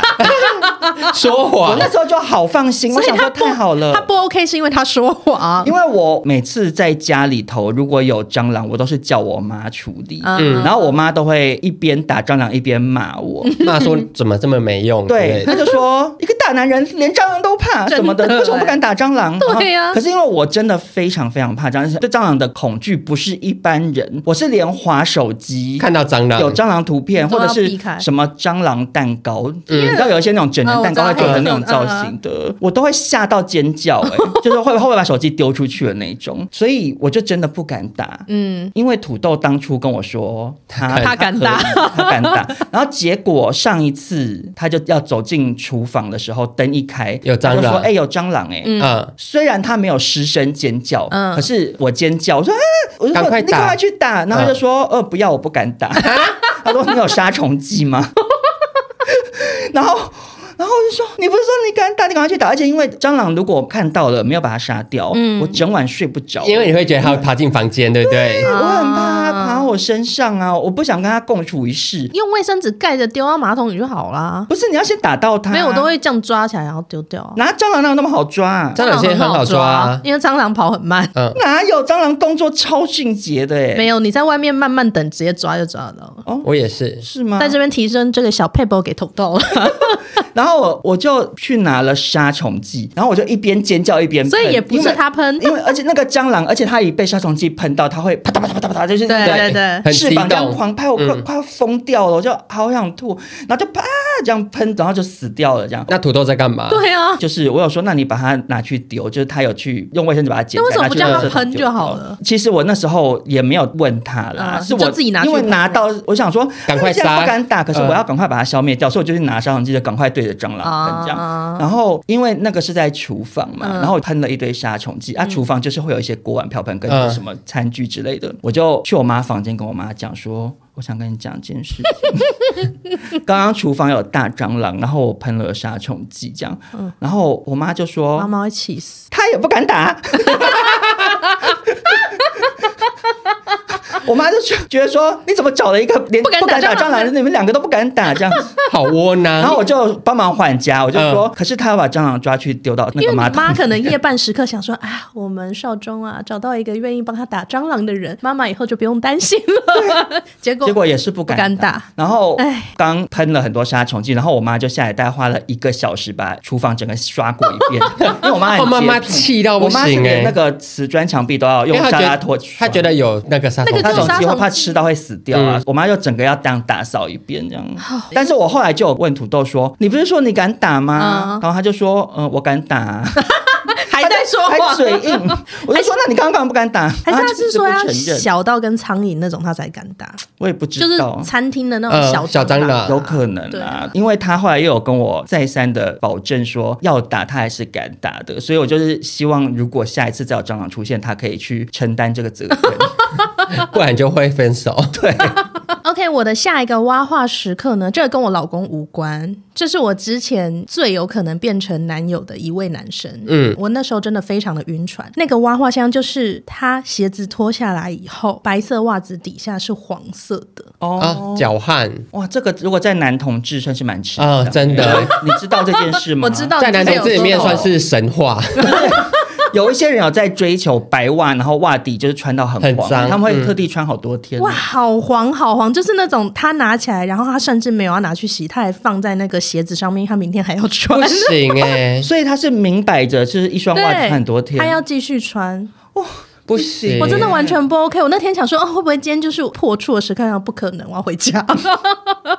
Speaker 2: 说
Speaker 1: 我
Speaker 2: 谎
Speaker 1: 那时候就好放心，我
Speaker 4: 所以
Speaker 1: 想
Speaker 4: 他
Speaker 1: 说
Speaker 4: 不
Speaker 1: 太好了，
Speaker 4: 他不 OK 是因为他说谎
Speaker 1: 呃因。为我每次在家里头如果有蟑螂，我都是叫我妈处理，
Speaker 4: 嗯
Speaker 1: 然后我妈都会一边打蟑螂一边骂我。
Speaker 2: 骂说怎么这么没用？
Speaker 1: 对，
Speaker 2: 不
Speaker 1: 他就说 一个大男人连蟑螂都怕什么的
Speaker 4: 真，的
Speaker 1: 为什么不敢打蟑螂？
Speaker 4: 对呀
Speaker 1: 然后可是因为我真的非常非常怕蟑螂，对蟑螂的恐惧不是一般人，我是连滑手机
Speaker 2: 看到蟑螂
Speaker 1: 有蟑螂图片，
Speaker 4: 都
Speaker 1: 或
Speaker 4: 要
Speaker 1: 者是
Speaker 4: 避开嗯
Speaker 1: 什么蟑螂蛋糕，
Speaker 2: 嗯
Speaker 1: 你知道有一些那种整人蛋糕
Speaker 4: 哦
Speaker 1: 会
Speaker 4: 我知道
Speaker 1: 做成那种造
Speaker 4: 嗯嗯
Speaker 1: 型的，我都会吓到尖叫， 哎，就是会会把手机丢出去的那种，所以我就真的不敢打，
Speaker 4: 嗯，
Speaker 1: 因为土豆当初跟我说他
Speaker 4: 他敢打
Speaker 1: 可以他敢 打。然后结果上一次他就要走进厨房的时候，灯一开，
Speaker 2: 有蟑
Speaker 1: 就说
Speaker 2: 蟑：“
Speaker 1: 哎、
Speaker 2: 螂
Speaker 1: 有蟑螂哎、
Speaker 4: 嗯
Speaker 2: 嗯，
Speaker 1: 虽然他没有失声尖叫，
Speaker 4: 嗯
Speaker 1: 可是我尖叫，我说啊，我就说
Speaker 2: 赶快
Speaker 1: 你赶
Speaker 2: 打嗯啊
Speaker 1: 快去打，然后他就说，呃，不要，我不敢 打。他说你有杀虫剂吗？ 然后，然后我就说你不是说你敢打，你赶快去打。而且因为蟑螂如果我看到了没有把它杀掉，
Speaker 4: 嗯
Speaker 1: 我整晚睡不着，
Speaker 2: 因为你会觉得它会爬进房间，对不对？
Speaker 1: 我很怕它
Speaker 4: 啊
Speaker 1: 爬到我身上啊，我不想跟它共处一室。
Speaker 4: 用卫生纸盖着丢到马桶里就好啦。
Speaker 1: 不是你要先打到它，
Speaker 4: 没有，我都会这样抓起来然后丢掉啊。
Speaker 1: 拿蟑螂哪有那么好抓、啊？
Speaker 2: 蟑螂现在很好抓啊
Speaker 4: 因为蟑螂跑很慢。
Speaker 2: 嗯，
Speaker 1: 哪有蟑螂动作超迅捷的、欸？
Speaker 4: 没有，你在外面慢慢等，直接抓就抓得到了。
Speaker 2: 我也是，
Speaker 1: 是吗？
Speaker 4: 在这边提升这个小 paper 给捅到了，
Speaker 1: 然后我我就去拿了杀虫剂，然后我就一边尖叫一边喷，
Speaker 4: 所以也不是它喷
Speaker 1: 因为，因为而且那个蟑螂，而且它一被杀虫剂喷到，它会啪嗒啪嗒啪嗒啪嗒，就是
Speaker 4: 对对对
Speaker 2: 很
Speaker 1: 翅
Speaker 2: 激
Speaker 1: 膀这样
Speaker 2: 动，
Speaker 1: 狂拍，我快、
Speaker 2: 嗯
Speaker 1: 快要疯掉了，我就好想吐，然后就啪这样喷，然后就死掉了这样。
Speaker 2: 那土豆在干嘛？
Speaker 4: 对啊，
Speaker 1: 就是我有说，那你把它拿去丢，就是他有去用卫生纸把它捡起来。
Speaker 4: 那为什么不
Speaker 1: 拿去垃
Speaker 4: 叫
Speaker 1: 圾
Speaker 4: 他
Speaker 1: 桶
Speaker 4: 喷
Speaker 1: 丢
Speaker 4: 就好
Speaker 1: 掉
Speaker 4: 了？
Speaker 1: 其实我那时候也没有问他啦，
Speaker 4: 嗯
Speaker 1: 是
Speaker 4: 你
Speaker 1: 我
Speaker 4: 嗯就自己拿去
Speaker 1: 因为拿到我想说
Speaker 2: 赶
Speaker 1: 他
Speaker 2: 快
Speaker 1: 既然
Speaker 2: 杀嗯
Speaker 1: 不敢打，可是我要赶快把它消灭掉，所以我就去拿杀虫剂，就赶快对着蟑螂喷这样。
Speaker 4: 啊
Speaker 1: 然后因为那个是在厨房嘛，
Speaker 4: 嗯
Speaker 1: 然后喷了一堆杀虫剂啊，厨房就是会有一些锅碗瓢盆跟
Speaker 2: 嗯
Speaker 1: 什么餐具之类的，我就去我妈房间跟我妈讲说。我想跟你讲一件事情， 刚刚厨房有大蟑螂，然后我喷了杀虫剂，这样，
Speaker 4: 嗯
Speaker 1: 然后我妈就说，
Speaker 4: 妈妈会气死。
Speaker 1: 他也不敢打。我妈就觉得说，你怎么找了一个连
Speaker 4: 不敢打
Speaker 1: 打蟑
Speaker 4: 蟑螂
Speaker 1: 螂的，你们两个都不敢打这样子。
Speaker 2: 好窝囊。
Speaker 1: 然后我就帮忙缓家，我就说，可是他要把蟑螂抓去丢到那个
Speaker 4: 因为你
Speaker 1: 马桶
Speaker 4: 妈可
Speaker 1: 里。
Speaker 4: 能夜半时刻想说，啊，我们少中啊找到一个愿意帮他打蟑螂的人， 妈妈以后就不用担心了。结 果
Speaker 1: 结果啊也是不
Speaker 4: 不
Speaker 1: 敢
Speaker 4: 敢打，
Speaker 1: 然后
Speaker 4: 唉
Speaker 1: 刚喷了很多杀虫剂，然后我妈就下来，大概花了一个小时把厨房整个刷过一遍，因为我妈很
Speaker 2: 我妈妈
Speaker 1: 洁癖
Speaker 2: 气到不
Speaker 1: 我妈是
Speaker 2: 行
Speaker 1: 连
Speaker 2: 哎
Speaker 1: 那，个瓷砖墙壁都要
Speaker 2: 因
Speaker 1: 用
Speaker 2: 为她
Speaker 1: 沙
Speaker 2: 觉
Speaker 1: 拉
Speaker 2: 得
Speaker 1: 拖，
Speaker 2: 她觉得有那个杀虫
Speaker 4: 那
Speaker 1: 他
Speaker 4: 个
Speaker 1: 总
Speaker 4: 就是杀
Speaker 1: 机
Speaker 4: 虫
Speaker 1: 会
Speaker 4: 剂
Speaker 1: 怕吃到会死掉啊！
Speaker 2: 嗯
Speaker 1: 我妈就整个要这样打扫一遍这样。
Speaker 4: 哦
Speaker 1: 但是我后来就有问土豆说：“你不是说你敢打吗？”
Speaker 4: 嗯
Speaker 1: 然后他就说：“嗯，我敢打啊。
Speaker 4: 还在说”
Speaker 1: 还
Speaker 4: 话，
Speaker 1: 嘴硬，我就说：“那你刚刚不敢打？”
Speaker 4: 还
Speaker 1: 然后她就
Speaker 4: 是他
Speaker 1: 是
Speaker 4: 说
Speaker 1: 一
Speaker 4: 要
Speaker 1: 直不承认，
Speaker 4: 小到跟苍蝇那种他才敢打，
Speaker 1: 我也不
Speaker 4: 就
Speaker 1: 知
Speaker 4: 是
Speaker 1: 道。
Speaker 4: 餐厅的那
Speaker 2: 呃
Speaker 4: 种
Speaker 2: 小蟑
Speaker 4: 蟑
Speaker 2: 螂
Speaker 1: 有可能
Speaker 4: 对
Speaker 1: 啊
Speaker 4: 啊，
Speaker 1: 因为他后来又有跟我再三的保证说要打，他还是敢打的，所以我就是希望如果下一次再有蟑螂出现，他可以去承担这个责 任。
Speaker 2: 不然就会分手。
Speaker 4: OK，我的下一个挖话时刻呢，这个跟我老公无关，这是我之前最有可能变成男友的一位男生。
Speaker 2: 嗯
Speaker 4: 嗯，我那时候真的非常的晕船。那个挖话箱就是他鞋子脱下来以后，白色袜子底下是黄色的。
Speaker 1: 哦
Speaker 2: 啊，脚汗
Speaker 1: 哇，这个如果在男同志算是蛮吃
Speaker 2: 啊，真的，
Speaker 1: 你知道这件事吗？
Speaker 4: 我知。道
Speaker 2: 在男同志里面算
Speaker 4: 哦你
Speaker 2: 是神话。
Speaker 1: 有一些人有在追求白袜，然后袜底就是穿到很
Speaker 2: 很
Speaker 1: 黄，
Speaker 2: 脏嗯
Speaker 1: 他们会特地穿好多
Speaker 4: 之前
Speaker 1: 天。
Speaker 4: 有说过哇，好黄好黄，就是那种他拿起来，然后他甚至没有要拿去洗，他还放在那个鞋子上面，他明天还要穿
Speaker 2: 不。行哎、
Speaker 1: 所以他是明摆着，就是一双袜
Speaker 4: 哎
Speaker 1: 子穿很多天。
Speaker 4: 他要继续穿，
Speaker 2: 不行，
Speaker 4: 我真的完全不 OK。我那天想说，哦，会不会今天就是破处的时刻？然后不可能，我要回家。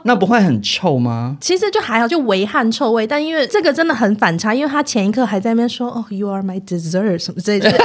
Speaker 1: 那不会很臭吗？
Speaker 4: 其实就还好，就微汗臭味，但因为这个真的很反差，因为他前一刻还在那边说哦，You are my dessert 什么之类的，就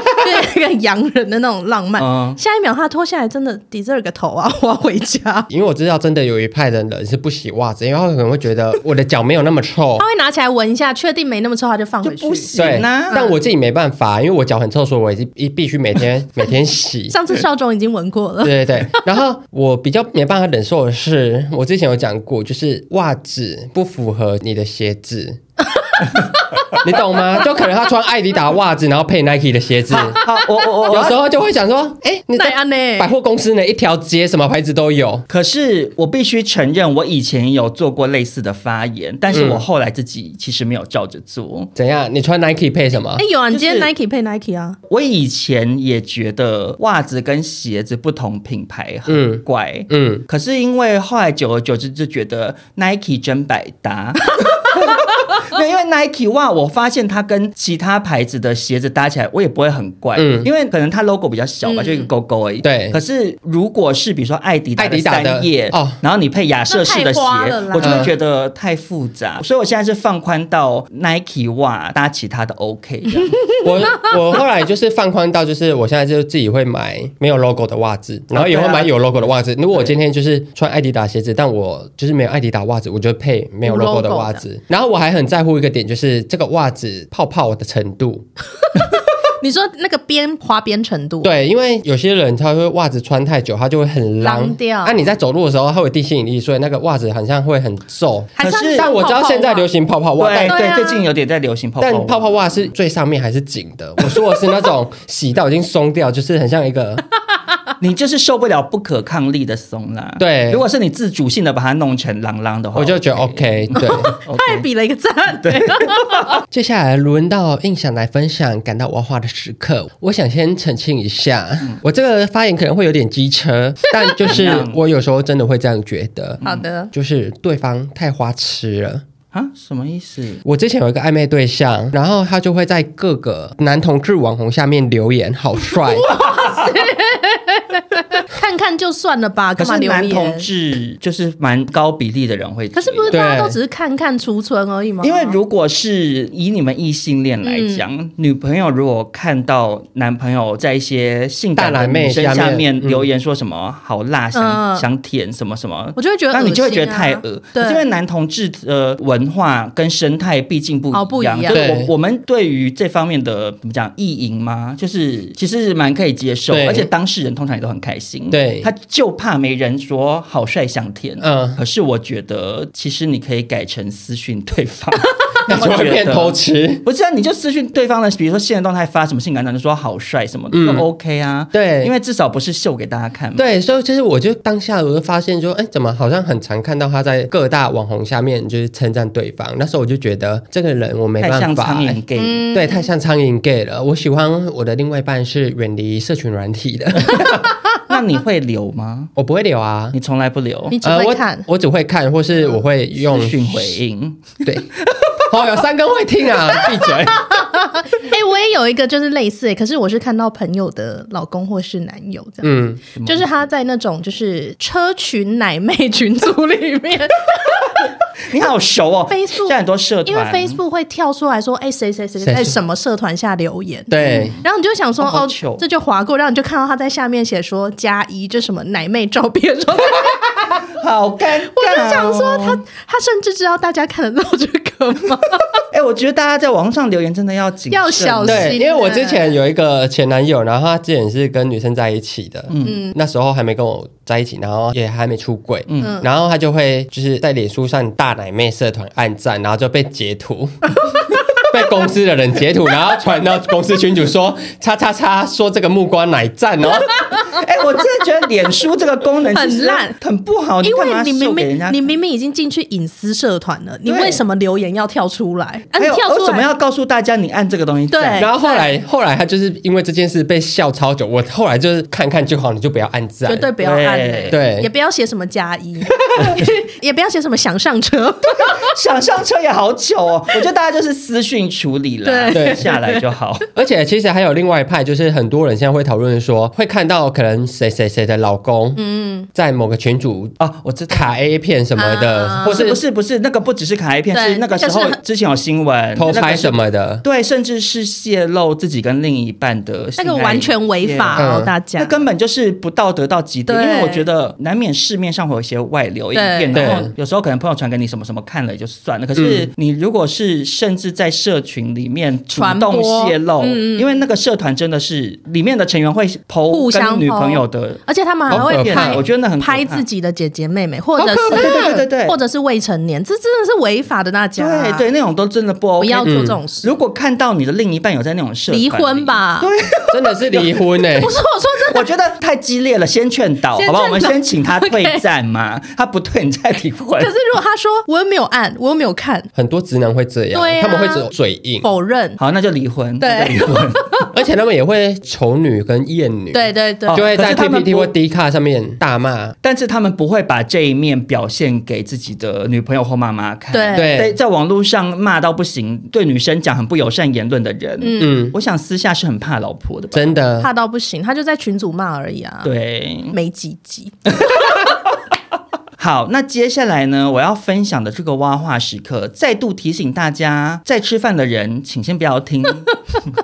Speaker 4: 是一个洋人的那种浪漫。
Speaker 1: 嗯
Speaker 4: 下一秒他脱下来，真的 dessert 个头啊，我要回家。
Speaker 2: 因为我知道真的有一派的人是不洗袜子，因为他可能会觉得我的脚没有那么臭
Speaker 4: 他。会拿起来闻一下，确定没那么臭，他就放
Speaker 1: 就
Speaker 4: 回去
Speaker 1: 不。行
Speaker 2: 对，
Speaker 1: 啊！
Speaker 2: 但我自己没办法，因为我脚很臭，所以我已经必必须每天每天洗。
Speaker 4: 上次少总已经闻过了，
Speaker 2: 对对对，然后我比较没办法忍受的是，我之前有讲过，就是袜子不符合你的鞋子，你懂吗？就可能他穿艾迪达袜子，然后配 Nike 的鞋子，
Speaker 1: 好，我我我我
Speaker 2: 有时候就会想说，哎、你
Speaker 4: 那
Speaker 2: 在
Speaker 4: 安呢？
Speaker 2: 百货公司呢，一条街什么牌子都有。
Speaker 1: 可是我必须承认，我以前有做过类似的发言，但
Speaker 2: 嗯
Speaker 1: 是我后来自己其实没有照着做。
Speaker 2: 怎样？你穿 Nike 配什么
Speaker 4: 哎？有啊，你今天
Speaker 1: 就是
Speaker 4: Nike 配 Nike 啊，
Speaker 1: 我以前也觉得袜子跟鞋子不同品牌很怪，
Speaker 2: 嗯，
Speaker 1: 可是因为后来久而久之就觉得 Nike 真百搭。 对，因为 Nike 袜，我发现它跟其他牌子的鞋子搭起来，我也不会很怪，
Speaker 2: 嗯
Speaker 1: 因为可能它 logo 比较小吧，
Speaker 4: 嗯
Speaker 1: 就一个勾勾而已。
Speaker 2: 对
Speaker 1: 可是如果是比如说艾迪达
Speaker 2: 艾迪达的
Speaker 1: 三叶，
Speaker 2: 哦
Speaker 1: 然后你配亚瑟士的鞋
Speaker 4: 那太花了啦，
Speaker 1: 我就会觉得太复杂，所以我现在是放宽到 Nike 袜搭其他的 OK 这样。
Speaker 2: 我我后来就是放宽到，就是我现在就自己会买没有 logo 的袜子，然后也会买有 logo 的袜子。如果我今天就是穿艾迪达鞋子，但我就是没有艾迪达袜子，我就配没有
Speaker 4: 无
Speaker 2: logo 的
Speaker 4: logo
Speaker 2: 袜子。然后我还很在乎一个点，点就是这个袜子泡泡的程度。
Speaker 4: 你说那个边滑边程度，，啊
Speaker 2: 对，因为有些人他会袜子穿太久，他就会很
Speaker 4: 啷掉
Speaker 2: 那、你在走路的时候，它会有地心引力，所以那个袜子好像会很皱。
Speaker 4: 还
Speaker 1: 可
Speaker 4: 是啊
Speaker 1: 是
Speaker 2: 但我知道现在流
Speaker 4: 行
Speaker 2: 行泡泡袜，
Speaker 1: 对
Speaker 2: 但
Speaker 4: 对啊
Speaker 1: 对，最近有点在流行泡泡
Speaker 2: 但
Speaker 1: 袜，
Speaker 2: 泡泡袜是最上面还是紧的。 我说的是那种洗到已经松掉，就是很像 一个
Speaker 1: 你就是受不了不可抗力的松啦。
Speaker 2: 对
Speaker 1: 如果是你自主性的把它弄成啷啷的话，
Speaker 2: 我就觉得 OK。对，
Speaker 4: 太比了一个赞，
Speaker 1: 嗯
Speaker 4: 对，
Speaker 2: 接下来轮到印象来分享感到娃娃的时刻。我想先澄清一下，我这个发言可能会有点 机车，但就是我有时候真的会这样觉得，
Speaker 4: 好的，
Speaker 2: 就是对方太花痴了。
Speaker 1: 啊，什么意思？
Speaker 2: 我之前有一个暧昧对象，然后他就会在各个男同志网红下面留言，好帅。
Speaker 4: 看看就算了吧，
Speaker 1: 可
Speaker 4: 干嘛
Speaker 1: 是
Speaker 4: 留
Speaker 1: 男同
Speaker 4: 言？
Speaker 1: 志就是蛮高比例的人会这样，
Speaker 4: 可是不是
Speaker 2: 对
Speaker 4: 大家都只是看看储存而已吗？
Speaker 1: 因为如果是以你们异性恋来讲，
Speaker 4: 嗯
Speaker 1: 女朋友如果看到男朋友在一些性感
Speaker 2: 大
Speaker 1: 的
Speaker 2: 奶妹
Speaker 1: 女生
Speaker 2: 下
Speaker 1: 下
Speaker 2: 面
Speaker 1: 面
Speaker 2: 嗯
Speaker 1: 留言说什么“好辣，想、
Speaker 4: 嗯
Speaker 1: 想舔什么什么”，
Speaker 4: 我就会觉得
Speaker 1: 那
Speaker 4: 恶心啊，
Speaker 1: 你就会觉得太恶。可
Speaker 4: 对，
Speaker 1: 是因为男同志呃文化跟生态毕竟不一
Speaker 4: 哦
Speaker 1: 样，
Speaker 4: 不一样
Speaker 1: 就是
Speaker 2: 对
Speaker 1: 我我们对于这方面的怎么讲意淫吗？就是其实蛮可以接受，
Speaker 2: 对
Speaker 1: 而且当事人通常也都很开心。
Speaker 2: 对
Speaker 1: 他就怕没人说好帅想舔。
Speaker 2: 嗯，
Speaker 1: 可是我觉得其实你可以改成私讯对方
Speaker 2: 那就会变偷。吃。
Speaker 1: 不是啊，你就私讯对方的，比如说现在动态发什么性感照，就说好帅什么的，
Speaker 2: 嗯
Speaker 1: 就 OK 啊。
Speaker 2: 对
Speaker 1: 因为至少不是秀给大家看嘛。
Speaker 2: 对，所以其实我就当下我就发现说，哎，怎么好像很常看到他在各大网红下面就是称赞对方。那时候我就觉得这个人我没
Speaker 1: 太像
Speaker 2: 办
Speaker 1: 苍
Speaker 2: 法，
Speaker 1: 蝇 gay 了。
Speaker 4: 嗯
Speaker 2: 对，太像苍蝇 gay 了。我喜欢我的另外一半是远离社群软体的，
Speaker 1: 那你会留吗？
Speaker 2: 我不会留啊呃
Speaker 1: 你。从来不留
Speaker 4: 你。只会看
Speaker 2: 我，我只会看，或是我会用
Speaker 1: 私讯回应，
Speaker 2: 对。 哦，有三根会听啊，闭嘴。
Speaker 4: 哎、我也有一个就是类似、欸，可是我是看到朋友的老公或是男友这样，
Speaker 2: 嗯，
Speaker 4: 就是他在那种就是车群奶妹群组里面，
Speaker 1: 你好熟 哦
Speaker 4: Facebook
Speaker 1: 现在很多社
Speaker 4: 因为
Speaker 1: 团，
Speaker 4: Facebook 会跳出来说，哎、谁谁谁
Speaker 2: 谁
Speaker 4: 在什么社团下留言。
Speaker 2: 对。
Speaker 4: 然后你就想说，
Speaker 1: 哦好
Speaker 4: 哦
Speaker 1: 糗，
Speaker 4: 这就划过，然后你就看到他在下面写说加一，这什么奶妹照片， 说
Speaker 1: 好尴尬、哦。
Speaker 4: 我就想说他，他甚至知道大家看得到这个吗？
Speaker 1: 哎、我觉得大家在网上留言真的要谨慎
Speaker 4: 要小心
Speaker 2: 对，因为我之前有一个前男友，然后他之前是跟女生在一起的，嗯，那时候还没跟我在一起，然后也还没出柜，嗯，然后他就会就是在脸书上大奶妹社团暗赞，然后就被截图。 被公司的人截图，然后传到公司群主说：“叉叉叉说这个木瓜奶赞 哦。
Speaker 1: 哎、我真的觉得脸书这个功能
Speaker 4: 很
Speaker 1: 其实
Speaker 4: 烂
Speaker 1: 很不好。
Speaker 4: 因
Speaker 1: 哦干嘛
Speaker 4: 为你明
Speaker 1: 秀给人
Speaker 4: 明
Speaker 1: 家
Speaker 4: 你明明已经进去隐私社团了，你
Speaker 1: 对
Speaker 4: 为什么留言要跳出来？啊，
Speaker 1: 还
Speaker 4: 你
Speaker 1: 有
Speaker 4: 跳
Speaker 1: 为
Speaker 4: 出
Speaker 1: 什么
Speaker 4: 来
Speaker 1: 要告诉大家你按这个东西赞？
Speaker 4: 对
Speaker 2: 然后后来后来他就是因为这件事被笑超久，我后来就是看看就好，你就不要暗赞，
Speaker 4: 绝对不要按、欸，
Speaker 2: 对
Speaker 4: 也不要写什么加 一， 也不要写什么想上车，
Speaker 1: 想上车也好糗哦。我觉得大家就是私讯处理了，
Speaker 4: 对
Speaker 2: 对
Speaker 1: 下来就 好。
Speaker 2: 而且其实还有另外一派，就是很多人现在会讨论说，会看到可能谁谁谁的老公，嗯，在某个群组
Speaker 1: 哦，我知道。
Speaker 2: 卡 A 片什么的，
Speaker 4: 啊
Speaker 2: 或
Speaker 1: 不是不
Speaker 2: 是
Speaker 1: 是不是，那个不只是卡一片，
Speaker 4: 对
Speaker 1: 是那个时候
Speaker 4: 那个是
Speaker 1: 之前有新闻
Speaker 2: 偷拍
Speaker 1: 么。那个是
Speaker 2: 什么的。
Speaker 1: 对，甚至是泄露自己跟另一半的
Speaker 4: 那
Speaker 1: 性
Speaker 4: 个
Speaker 1: 爱
Speaker 4: 完全违法
Speaker 2: 对
Speaker 4: 哦，
Speaker 2: 嗯
Speaker 4: 大家。
Speaker 1: 那根本就是不道德到极点，因为
Speaker 4: 对
Speaker 1: 我觉得难免市面上会有一些外流影片，
Speaker 4: 对
Speaker 1: 然后
Speaker 2: 对
Speaker 1: 有时候可能朋友传给你什么什么看了也就算了，可是你如果是甚至在社群里面主
Speaker 4: 传播
Speaker 1: 动泄露，
Speaker 4: 嗯嗯
Speaker 1: 因为那个社团真的是里面的成员会
Speaker 4: 互
Speaker 1: 剖
Speaker 4: 相
Speaker 1: 跟女
Speaker 4: po
Speaker 1: 朋友的
Speaker 4: 而且他们还
Speaker 2: 好
Speaker 4: 会
Speaker 2: 可
Speaker 4: 拍，
Speaker 2: 怕
Speaker 1: 我觉得那很可怕
Speaker 4: 拍自己的姐姐妹妹，或者
Speaker 1: 好
Speaker 4: 是
Speaker 1: 可怕对对对对对
Speaker 4: 或者是未成年，这真的是违法的，大家
Speaker 1: 对对那种都真的不 OK。
Speaker 4: 啊不要做这种事，
Speaker 1: 如果看到你的另一半有在那种社团
Speaker 4: 离婚
Speaker 1: 里。
Speaker 4: 吧。
Speaker 2: 真的是离婚欸 呢、
Speaker 4: 不是我说真的，
Speaker 1: 我觉得太激烈了，先劝导，
Speaker 4: 先
Speaker 1: 好不好？
Speaker 4: 劝
Speaker 1: 我们
Speaker 4: 导
Speaker 1: 先请他退
Speaker 4: OK
Speaker 1: 战嘛，他不退你再离婚。
Speaker 4: 可是如果他说我又没有按，我又没有看，
Speaker 2: 很多直男会这样，
Speaker 4: 对啊
Speaker 2: 他们会只有嘴硬，
Speaker 4: 否认，
Speaker 1: 好，那就离婚，
Speaker 4: 对
Speaker 1: 那就离婚。
Speaker 2: 而且他们也会丑女跟艳女，
Speaker 4: 对，对对
Speaker 1: 哦，
Speaker 2: 就会在
Speaker 1: 可是他们
Speaker 2: PPT
Speaker 1: 不
Speaker 2: 或 D 卡上面大骂。
Speaker 1: 但是他们不会把这一面表现给自己的女朋友或妈妈看。
Speaker 4: 对
Speaker 1: 在
Speaker 2: 对，
Speaker 1: 在网络上骂到不行，对女生讲很不友善言论的人，
Speaker 2: 嗯，
Speaker 1: 我想私下是很怕老婆的吧？
Speaker 2: 真的，
Speaker 4: 怕到不行，他就在群主骂而已啊，
Speaker 1: 对。
Speaker 4: 没几集。
Speaker 1: 好，那接下来呢，我要分享的这个挖话时刻，再度提醒大家，在吃饭的人请先不要听，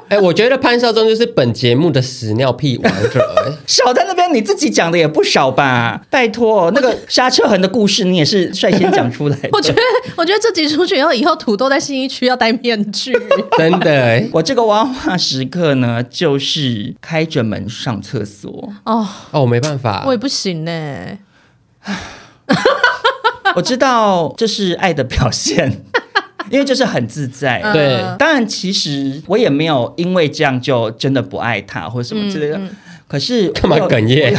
Speaker 2: 哎、我觉得潘少忠就是本节目的屎尿屁王者、哎
Speaker 1: 少在那边你自己讲的也不少吧？拜托，那个刹车痕的故事你也是率先讲出来的。
Speaker 4: 我觉得，我觉得这集出去以后，以后土豆在新一区要戴 面具。
Speaker 2: 真的、哎
Speaker 1: 我这个挖话时刻呢，就是开着门上厕所。
Speaker 4: 哦，
Speaker 2: 哦，没办法
Speaker 4: 我，也不行呢、
Speaker 1: 我知道这是爱的表 现，因为就是很自在。
Speaker 4: 嗯
Speaker 2: 对
Speaker 1: 当然，其实我也没有因为这样就真的不爱他或什么之类的。
Speaker 4: 嗯
Speaker 1: 可是
Speaker 2: 干嘛
Speaker 1: 我有
Speaker 2: 哽咽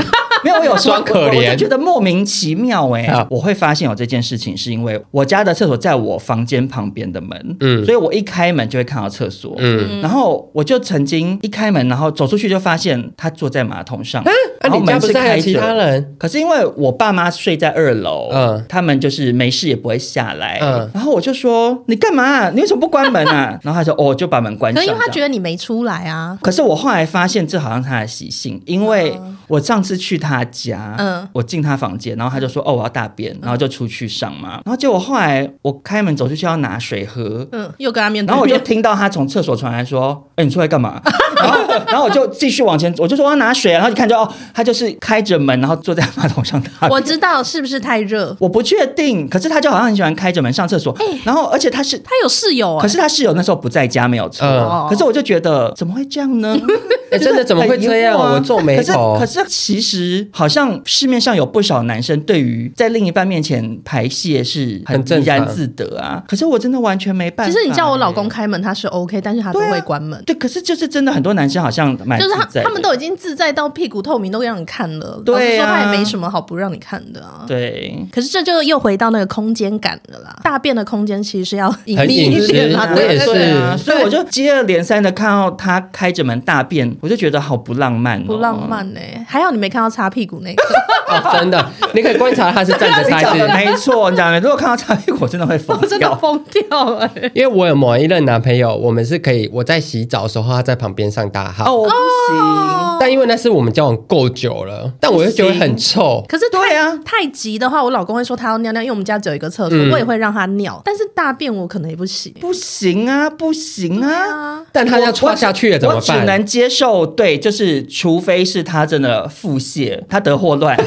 Speaker 1: 我有没有，我有时候
Speaker 2: 装可
Speaker 1: 我我
Speaker 2: 怜啊
Speaker 1: 就觉得莫名其妙哎、
Speaker 2: 好
Speaker 1: 我会发现有这件事情，是因为我家的厕所在我房间旁边的门，
Speaker 2: 嗯
Speaker 1: 所以我一开门就会看到厕所，
Speaker 2: 嗯，
Speaker 1: 然后我就曾经一开门，然后走出去就发现他坐在马桶上，
Speaker 2: 啊，
Speaker 1: 然后
Speaker 2: 你家
Speaker 1: 门
Speaker 2: 不
Speaker 1: 是
Speaker 2: 是还
Speaker 1: 开
Speaker 2: 有其
Speaker 1: 着
Speaker 2: 他人？
Speaker 1: 可是因为我爸妈睡在二楼，
Speaker 2: 嗯
Speaker 1: 他们就是没事也不会下来，
Speaker 2: 嗯
Speaker 1: 然后我就说你干嘛、你为什么不关门啊？ 然后他说哦，我就把门关
Speaker 4: 可
Speaker 1: 上。
Speaker 4: 是因为他
Speaker 1: 这
Speaker 4: 觉
Speaker 1: 样
Speaker 4: 得你没出来啊。
Speaker 1: 可是我后来发现这好像他的习性，因为我上次去他家，
Speaker 4: 嗯
Speaker 1: 我进他房间，然后他就说哦我要大便，然后就出去上嘛，然后结果后来我开门走出去要拿水喝，
Speaker 4: 嗯，又跟他面对
Speaker 1: 然后我就
Speaker 4: 面。
Speaker 1: 听到他从厕所传来说：“ 哎、你出来干 嘛？”然后，然后我就继续往前，我就说我要拿水啊。然后一看就哦，他就是开着门，然后坐在马桶上大便。
Speaker 4: 我知道是不是太热？
Speaker 1: 我不确定，可是他就好像很喜欢开着门上厕所。
Speaker 4: 哎
Speaker 1: 然后，而且他是，
Speaker 4: 他有室友啊、
Speaker 1: 可是他室友那时候不在家，没有错。
Speaker 2: 嗯
Speaker 1: 可是我就觉得怎么会这样呢？
Speaker 2: 哎、真的怎么会这样？
Speaker 1: 很疑惑啊
Speaker 2: 我皱眉头。
Speaker 1: 可是，可是其实好像市面上有不少男生对于在另一半面前排泄是很
Speaker 2: 很正
Speaker 1: 怡然
Speaker 2: 常
Speaker 1: 自得啊。可是我真的完全没办法。
Speaker 4: 其实你叫我老公开门，他是 OK，但是他都
Speaker 1: 对啊
Speaker 4: 会关门。
Speaker 1: 对，可是就是真的很多男生好像蛮
Speaker 4: 就是他
Speaker 1: 自在，的
Speaker 4: 他们都已经自在到屁股透明，都让你看了。
Speaker 1: 对啊
Speaker 4: 老实说他也没什么好不让你看的啊。
Speaker 1: 对。
Speaker 4: 可是这就又回到那个空间感了啦。大便的空间其实是要隐
Speaker 2: 很
Speaker 4: 秘
Speaker 2: 隐
Speaker 4: 一
Speaker 2: 私
Speaker 4: 点啊。
Speaker 2: 我也
Speaker 4: 对
Speaker 2: 是
Speaker 4: 对对
Speaker 1: 啊，所以我就接二连三的看到他开着门大便，我就觉得好不浪漫、哦，
Speaker 4: 不浪。漫呢、还好你没看到擦屁股 那个。
Speaker 2: 哦，真的，你可以观察他是站着，
Speaker 1: 你
Speaker 2: 他
Speaker 1: 讲
Speaker 2: 是
Speaker 1: 的没错，你讲的，如果看到擦屁 股，我真的会疯
Speaker 2: 哦
Speaker 4: 我真的
Speaker 1: 掉。
Speaker 4: 疯掉了、欸。
Speaker 2: 因为我有某一任男朋友，我们是可以我在洗澡的时候，他在旁边上大号。
Speaker 1: 哦，我不行，
Speaker 2: 但因为那是我们交往够久了，但我就觉得很臭。
Speaker 4: 可是太
Speaker 1: 对啊
Speaker 4: 太急的话，我老公会说他要尿尿，因为我们家只有一个厕所，
Speaker 2: 嗯
Speaker 4: 我也会让他尿。但是大便我可能也不行。
Speaker 1: 不行啊，不行啊。
Speaker 4: 啊，
Speaker 2: 但他要戳下去了怎
Speaker 1: 我
Speaker 2: 么
Speaker 1: 只
Speaker 2: 办？
Speaker 1: 能接受，对，就是除非是他真的腹泻，他得霍乱，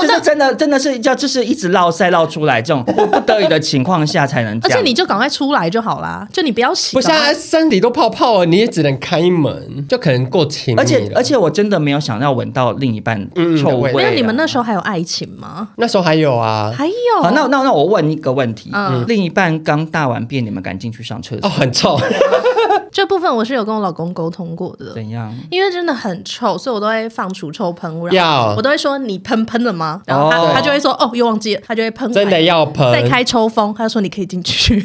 Speaker 1: 就是真的真的是要就是一直落塞落出来这种不不得已的情况下才能这
Speaker 4: 而
Speaker 1: 样。
Speaker 4: 且你就赶快出来就好啦，就你不要洗。
Speaker 2: 不是
Speaker 4: 赶快
Speaker 2: 啊，身体都泡泡了，你也只能开门，就可能够亲密了
Speaker 1: 而且而且我真的没有想要闻到另一半
Speaker 2: 嗯
Speaker 1: 臭味、啊。
Speaker 2: 味道
Speaker 4: 没有，你们那时候还有爱情吗？
Speaker 2: 那时候还有啊，
Speaker 4: 还有，
Speaker 1: 好，那那那我问一个问题，
Speaker 4: 嗯
Speaker 1: 另一半刚大完便，你们敢进去上厕
Speaker 2: 哦，
Speaker 1: 所？
Speaker 2: 很臭。
Speaker 4: 这部分我是有跟我老公沟通过的，
Speaker 1: 怎样？
Speaker 4: 因为真的很臭，所以我都会放除臭喷雾，然后
Speaker 2: 要
Speaker 4: 我都会说你喷喷了吗？然后他、
Speaker 1: 哦
Speaker 4: 他就会说哦，又忘记了，他就会喷完，
Speaker 2: 真的要喷，
Speaker 4: 再开抽风，他就说你可以 进去。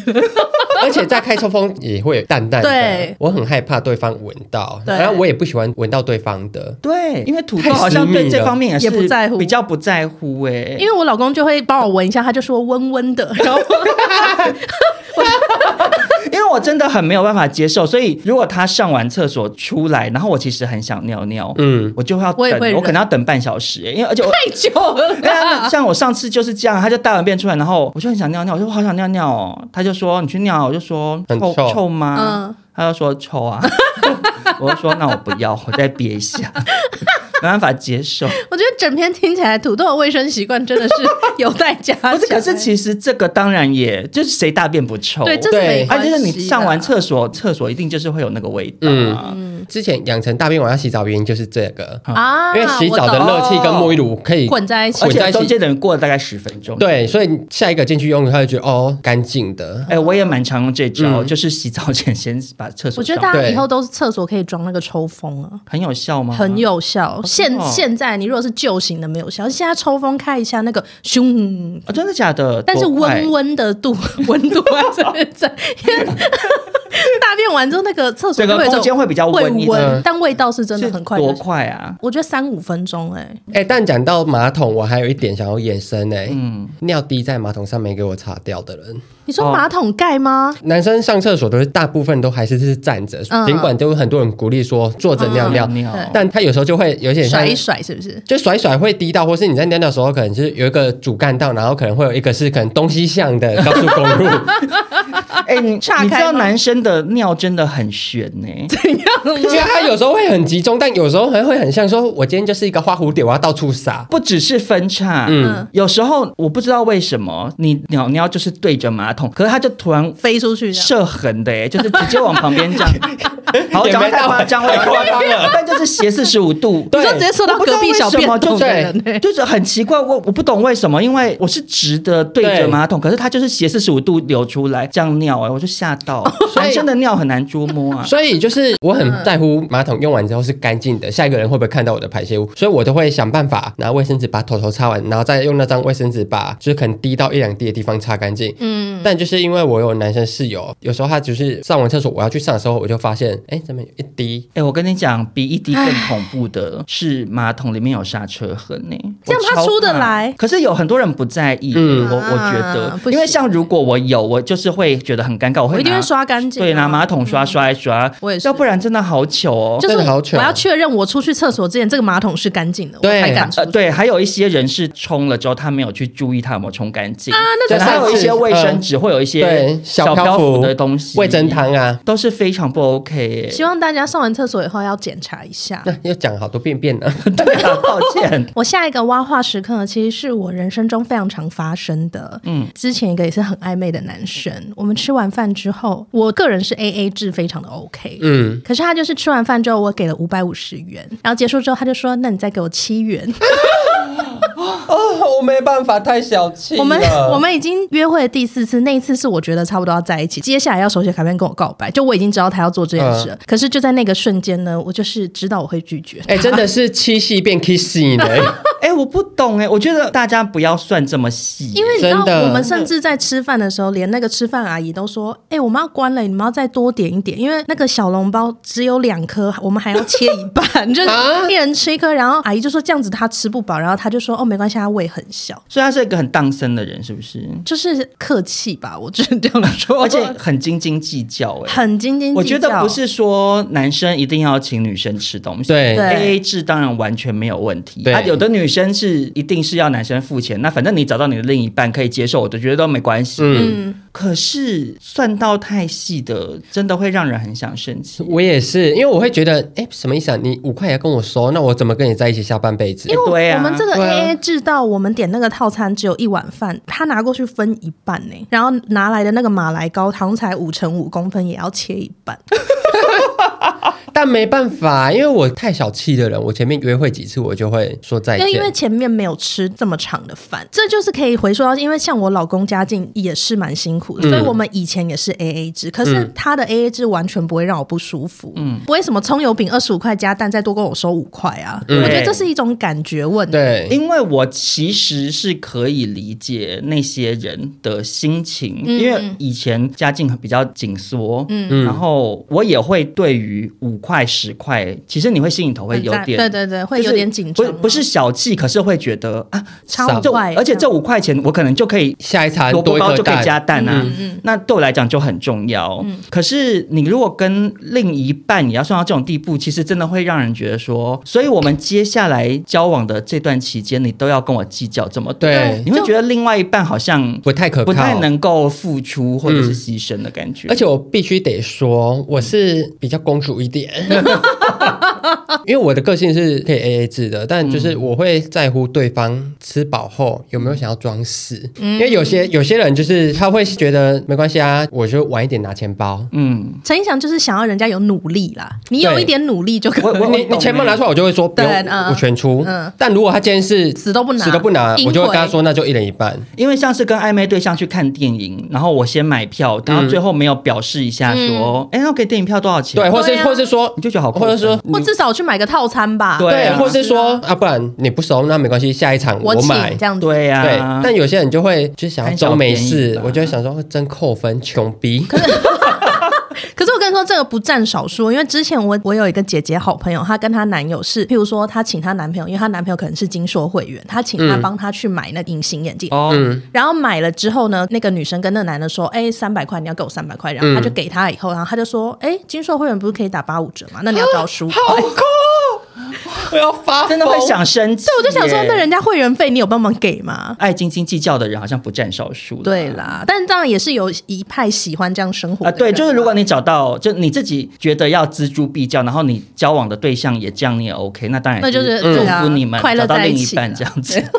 Speaker 2: 而且在开抽风也会有淡淡的。
Speaker 4: 对
Speaker 2: 我很害怕对方闻到，
Speaker 4: 对
Speaker 2: 然后我也不喜欢闻到对方的。
Speaker 1: 对，因为土豆
Speaker 2: 太
Speaker 1: 好像
Speaker 2: 私
Speaker 1: 对
Speaker 2: 密
Speaker 1: 这
Speaker 2: 了
Speaker 1: 方面也是
Speaker 4: 也不在乎
Speaker 1: 比较不在乎哎、
Speaker 4: 因为我老公就会帮我闻一下，他就说温 温的，然后
Speaker 1: 因为我真的很没有办法接受，所以如果他上完厕所出来，然后我其实很想尿尿，
Speaker 2: 嗯，
Speaker 1: 我就要
Speaker 4: 我也
Speaker 1: 等，
Speaker 4: 会
Speaker 1: 我
Speaker 4: 忍
Speaker 1: 可能要等半小时、哎因为而且我。
Speaker 4: 太久了
Speaker 1: 对啊，那
Speaker 4: 啦。
Speaker 1: 像我上次就是这样，他就大完便出来，然后我就很想尿尿，我说我好想尿尿哦，他就说你去尿啊，我就说
Speaker 2: 很
Speaker 1: 臭
Speaker 2: 臭
Speaker 1: 臭吗？
Speaker 4: 嗯
Speaker 1: 他就说臭啊， 我就说那我不要，我再憋一下， 没办法接 受。
Speaker 4: 我觉得整篇听起来，土豆的卫生习惯真的是有待加强。
Speaker 1: 不是，可是其实这个当然也就是谁大便不臭，
Speaker 4: 对，这是
Speaker 2: 对
Speaker 4: 没
Speaker 1: 而
Speaker 4: 关
Speaker 1: 且
Speaker 4: 系
Speaker 1: 就
Speaker 4: 的。
Speaker 1: 是你上完厕所，厕所一定就是会有那个味道
Speaker 2: 嗯
Speaker 1: 啊。
Speaker 2: 之前养成大便我要洗澡原因就是这个，
Speaker 4: 啊，
Speaker 2: 因为洗澡的
Speaker 4: 我懂
Speaker 2: 热气跟沐浴乳可以
Speaker 4: 混在一起
Speaker 1: 而
Speaker 2: 混在
Speaker 1: 且
Speaker 2: 一
Speaker 1: 中
Speaker 2: 起。
Speaker 1: 间等于过了大概十分钟。，
Speaker 2: 对，
Speaker 4: 嗯
Speaker 2: 所以下一个进去用，他就觉得哦，干净 的。
Speaker 1: 哎，我也蛮常用这招，
Speaker 2: 嗯
Speaker 1: 就是洗澡前先把厕所
Speaker 4: 我觉得
Speaker 1: 上
Speaker 4: 大家
Speaker 2: 对
Speaker 4: 以后都是厕所可以装那个抽风啊。
Speaker 1: 很有效吗？
Speaker 4: 很。有效。现
Speaker 1: 哦
Speaker 4: 现在你如果是旧型的没有效，现在抽风开一下那个咻，
Speaker 1: 啊，真的假的？
Speaker 4: 但是
Speaker 1: 多快
Speaker 4: 温温的度温度还是在，因为 大便用完之后，那个厕所
Speaker 1: 整个
Speaker 4: 就会有一种
Speaker 1: 空间会比较
Speaker 4: 会
Speaker 1: 闻一
Speaker 4: 闻
Speaker 2: 嗯，
Speaker 4: 但味道是真的
Speaker 1: 是
Speaker 4: 很快就
Speaker 1: 多快啊！
Speaker 4: 我觉得三五分钟哎、
Speaker 2: 哎、但讲到马桶，我还有一点想要延伸哎、
Speaker 1: 嗯，
Speaker 2: 尿滴在马桶上没给我擦掉的人，
Speaker 4: 你
Speaker 1: 哦
Speaker 4: 说马桶盖吗？
Speaker 2: 男生上厕所都是大部分都还是是站着，
Speaker 4: 嗯
Speaker 2: 尽管都有很多人鼓励说坐着尿尿，
Speaker 1: 尿
Speaker 4: 对
Speaker 2: 但他有时候就会有点像
Speaker 4: 甩一甩是不是？
Speaker 2: 就甩一甩会滴到，或是你在尿尿的时候，可能就是有一个主干道，然后可能会有一个是可能东西向的高速公 路，
Speaker 1: 哎、你你知
Speaker 4: 岔开吗
Speaker 1: 道男生的尿真的很悬呢、
Speaker 2: 啊因为它有时候会很集中，但有时候还会很像说，我今天就是一个花蝴蝶，我要到处撒。
Speaker 1: 不只是分叉，
Speaker 2: 嗯
Speaker 1: 有时候我不知道为什么你尿尿就是对着马桶，可是它就突然
Speaker 4: 飞出去的。
Speaker 1: 射痕的耶，就是直接往旁边这 样。好，我
Speaker 2: 也
Speaker 1: 讲
Speaker 2: 没
Speaker 1: 得太
Speaker 2: 到
Speaker 1: 夸张，我
Speaker 2: 太
Speaker 1: 讲得
Speaker 2: 夸张了
Speaker 1: 但就是斜四十五度。
Speaker 4: 你说直接射到隔壁小便
Speaker 1: 就
Speaker 4: 斗的
Speaker 2: 对
Speaker 4: 人、欸，
Speaker 1: 就是很奇怪，我我不懂为什么，因为我是直的对着
Speaker 2: 对
Speaker 1: 马桶，可是它就是斜四十五度流出来这样尿哎、我就吓 到。
Speaker 2: 以
Speaker 1: 男生的尿很难捉摸 啊，
Speaker 2: 所以就是我很在乎马桶用完之后是干净的，下一个人会不会看到我的排泄物，所以我都会想办法拿卫生纸把头头擦完，然后再用那张卫生纸把就是可能滴到一两滴的地方擦干净。
Speaker 4: 嗯，
Speaker 2: 但就是因为我有男生室友，有时候他只是上完厕所我要去上的时候，我就发现，哎，怎么有一滴？
Speaker 1: 哎、我跟你讲，比一滴更恐怖的是马桶里面有刹车痕呢、
Speaker 4: 这样
Speaker 1: 我
Speaker 4: 它
Speaker 1: 超
Speaker 4: 出得
Speaker 1: 怕
Speaker 4: 来
Speaker 1: 可是有很多人不在意，
Speaker 2: 嗯
Speaker 1: 我我觉
Speaker 4: 啊
Speaker 1: 得，
Speaker 4: 不
Speaker 1: 因为
Speaker 4: 行
Speaker 1: 像如果我有，我就是会觉得很尴尬，我会
Speaker 4: 我一定
Speaker 1: 拿
Speaker 4: 会刷干净啊、
Speaker 1: 对，拿马桶刷刷一刷，
Speaker 4: 我也是
Speaker 1: 要不然真的好糗哦。
Speaker 4: 就是
Speaker 2: 真的好
Speaker 4: 我
Speaker 2: 糗
Speaker 4: 要确认我出去厕所之前，这个马桶是干净的，我
Speaker 2: 对
Speaker 4: 才敢 出
Speaker 1: 呃，
Speaker 4: 去。
Speaker 1: 对，还有一些人是冲了之后，他没有去注意他有没有冲干净啊，
Speaker 4: 那
Speaker 1: 对
Speaker 2: 就
Speaker 1: 还
Speaker 2: 是
Speaker 1: 有一些卫生纸，会有一些
Speaker 2: 对，
Speaker 1: 小
Speaker 2: 漂
Speaker 1: 漂
Speaker 2: 浮
Speaker 1: 的东西，
Speaker 2: 味噌汤啊，
Speaker 1: 都是非常不 OK 耶。
Speaker 4: 希望大家上完厕所以后要检查一下。。
Speaker 2: 那又讲好多便便了。
Speaker 1: 对啊，抱歉
Speaker 4: 我下一个挖话时刻呢，其实是我人生中非常常发生的。嗯，之前一个也是很暧昧的男生，我们吃完饭之后，我个人是 A A 制，非常的 OK。
Speaker 2: 嗯，
Speaker 4: 可是他就是吃完饭之后，我给了五百五十元，然后结束之后他就说：“那你再给我七元。
Speaker 2: 哦， 我没办法，太小气”
Speaker 4: 我们 我们已经约会了第四次，那一次是我觉得差不多要在一起，接下来要手写卡片跟我告白，就我已经知道他要做这件
Speaker 1: 嗯
Speaker 4: 事了。可是就在那个瞬间呢，我就是知道我会拒绝。
Speaker 2: 哎、真的是七夕变 kissy 呢，
Speaker 1: 哎，我不懂哎，我觉得大家不要算这么细，
Speaker 4: 因为你知道
Speaker 2: 真，的
Speaker 4: 我们甚至在吃饭的时候，连那个吃饭阿姨都说：“哎、我们要关了，你们要再多点一点，因为那个小笼包只有两颗，我们还要切一半， 就是
Speaker 2: 啊
Speaker 4: 一人吃一颗。”然后阿姨就说：“这样子她吃不饱。”然后她就说：“哦，没关系，她胃很小。
Speaker 1: 所以他是一个很当生的人，是不是？”
Speaker 4: 就是客气吧，我只能这样说，
Speaker 1: 而且 很斤斤计较哎。
Speaker 4: 很斤斤计较。
Speaker 1: 我觉得不是说男生一定要请女生吃东西，
Speaker 2: 对
Speaker 4: 对
Speaker 1: ，A A 制当然完全没有问题。
Speaker 2: 对
Speaker 1: 啊，有的女生是一定是要男生付钱，那反正你找到你的另一半可以接受，我都觉得都没关系。
Speaker 2: 嗯。
Speaker 1: 可是算到太细的，真的会让人很想生气。
Speaker 2: 我也是，因为我会觉得，哎、什么意思啊？你五块也要跟我收，那我怎么跟你在一起下半辈子
Speaker 4: 因？为我
Speaker 1: 对啊
Speaker 4: 我们这个
Speaker 2: 对啊
Speaker 4: A A 制到我们点那个套餐只有一碗饭，他拿过去分一半呢、然后拿来的那个马来高汤才五乘五公分，也要切一半。
Speaker 2: 但没办法，因为我太小气的人，我前面约会几次我就会说再
Speaker 4: 因为因为
Speaker 2: 见。
Speaker 4: 前面没有吃这么长的饭，这就是可以回溯到，因为像我老公家境也是蛮辛苦的，所
Speaker 1: 嗯
Speaker 4: 以我们以前也是 A A 制，可是他的 A A 制完全不会让我不舒服，嗯，不会什么葱油饼二十五块加蛋再多跟我收五块啊，
Speaker 1: 嗯
Speaker 4: 我觉得这是一种感觉问题。
Speaker 2: 对，
Speaker 1: 因为我其实是可以理解那些人的心情，
Speaker 4: 嗯
Speaker 1: 因为以前家境比较紧缩，
Speaker 4: 嗯
Speaker 1: 然后我也会对于五块十块，其实你会心里头会有
Speaker 4: 很赞
Speaker 1: 点，
Speaker 4: 对对对，会
Speaker 1: 就是
Speaker 4: 有点紧张啊、
Speaker 1: 不是不是小气，可是会觉得啊，
Speaker 4: 超
Speaker 2: 少
Speaker 1: 就
Speaker 4: 快，
Speaker 1: 而且这五块钱我可能就可以
Speaker 2: 下一餐
Speaker 1: 萝卜
Speaker 2: 多一
Speaker 1: 糕
Speaker 2: 颗
Speaker 1: 就可以加
Speaker 2: 蛋。
Speaker 1: 蛋啊，
Speaker 4: 嗯嗯
Speaker 1: 那对我来讲就很重要。可是你如果跟另一半也要算到这种地步，其实真的会让人觉得说，所以我们接下来交往的这段期间，你都要跟我计较这么多，
Speaker 2: 对，
Speaker 1: 你会觉得另外一半好像
Speaker 2: 不太可靠，
Speaker 1: 不太能够付出或者是牺牲的感觉，
Speaker 2: 而且我必须得说，我是比较公主一 点，因为我的个性是可以 A A 制的，但
Speaker 4: 嗯
Speaker 2: 就是我会在乎对方吃饱后有没有想要装死，
Speaker 4: 嗯
Speaker 2: 因为有些有些人就是他会觉得没关系啊，我就晚一点拿钱包。
Speaker 1: 嗯。
Speaker 4: 陈意翔就是想要人家有努力啦，你有
Speaker 2: 对
Speaker 4: 一点努力就可
Speaker 1: 我我
Speaker 4: 以。
Speaker 2: 你你钱包拿出来，我就会说不用
Speaker 4: 对嗯，
Speaker 2: 我全出
Speaker 4: 欸嗯。
Speaker 2: 但如果他今天是
Speaker 4: 死都不拿
Speaker 2: 死都不拿，
Speaker 4: 硬
Speaker 2: 我就会
Speaker 4: 回
Speaker 2: 跟他说那就一人一半。
Speaker 1: 因为像是跟暧昧对象去看电影，然后我先买票，然后最后没有表示一下
Speaker 4: 嗯
Speaker 1: 说，哎、那我给电影票多少钱？
Speaker 2: 对，或是
Speaker 4: 对啊
Speaker 2: 或是说
Speaker 1: 你就觉得好扣
Speaker 2: 或
Speaker 1: 分
Speaker 2: 者说
Speaker 4: 或至少去买个套餐吧，
Speaker 1: 对
Speaker 2: 嗯对
Speaker 1: 啊，
Speaker 2: 或是说啊，不然你不熟那没关系，下一场
Speaker 4: 我请
Speaker 2: 买
Speaker 4: 这。样子。
Speaker 1: 对呀、
Speaker 2: 嗯对，但有些人就会就想要
Speaker 1: 贪小
Speaker 2: 装没
Speaker 1: 便宜
Speaker 2: 事
Speaker 1: 吧，
Speaker 2: 我就会想说真扣分，穷逼。
Speaker 4: 可是我跟你说，这个不占少数，因为之前我我有一个姐姐好朋友，她跟她男友是，譬如说她请她男朋友，因为她男朋友可能是金硕会员，她请他帮她去买那隐形眼镜。
Speaker 2: 嗯
Speaker 1: 哦，
Speaker 4: 然后买了之后呢，那个女生跟那个男的说：“哎、三百块，你要给我三百块。”然后
Speaker 2: 嗯
Speaker 4: 他就给她以后，然后他就说：“哎、金硕会员不是可以打八五折吗？那你要不要十五块？”
Speaker 2: 啊好酷，我要发疯
Speaker 1: 真的会想生气耶。
Speaker 4: 对，哦我就想说，那人家会员费你有帮忙给吗？
Speaker 1: 爱斤斤计较的人好像不占少数。
Speaker 4: 对。啦，但当然也是有一派喜欢这样生活
Speaker 1: 啊，
Speaker 4: 的
Speaker 1: 对，
Speaker 4: 人
Speaker 1: 就是如果
Speaker 4: 啦
Speaker 1: 你找到，就你自己觉得要锱铢必较，然后你交往的对象也这样，你也 OK，那当然
Speaker 4: 那就是
Speaker 1: 祝
Speaker 4: 对啊
Speaker 1: 福你们
Speaker 4: 快乐
Speaker 1: 找到
Speaker 4: 在
Speaker 1: 另
Speaker 4: 一
Speaker 1: 一
Speaker 4: 起
Speaker 1: 半
Speaker 4: 啦
Speaker 1: 这样子。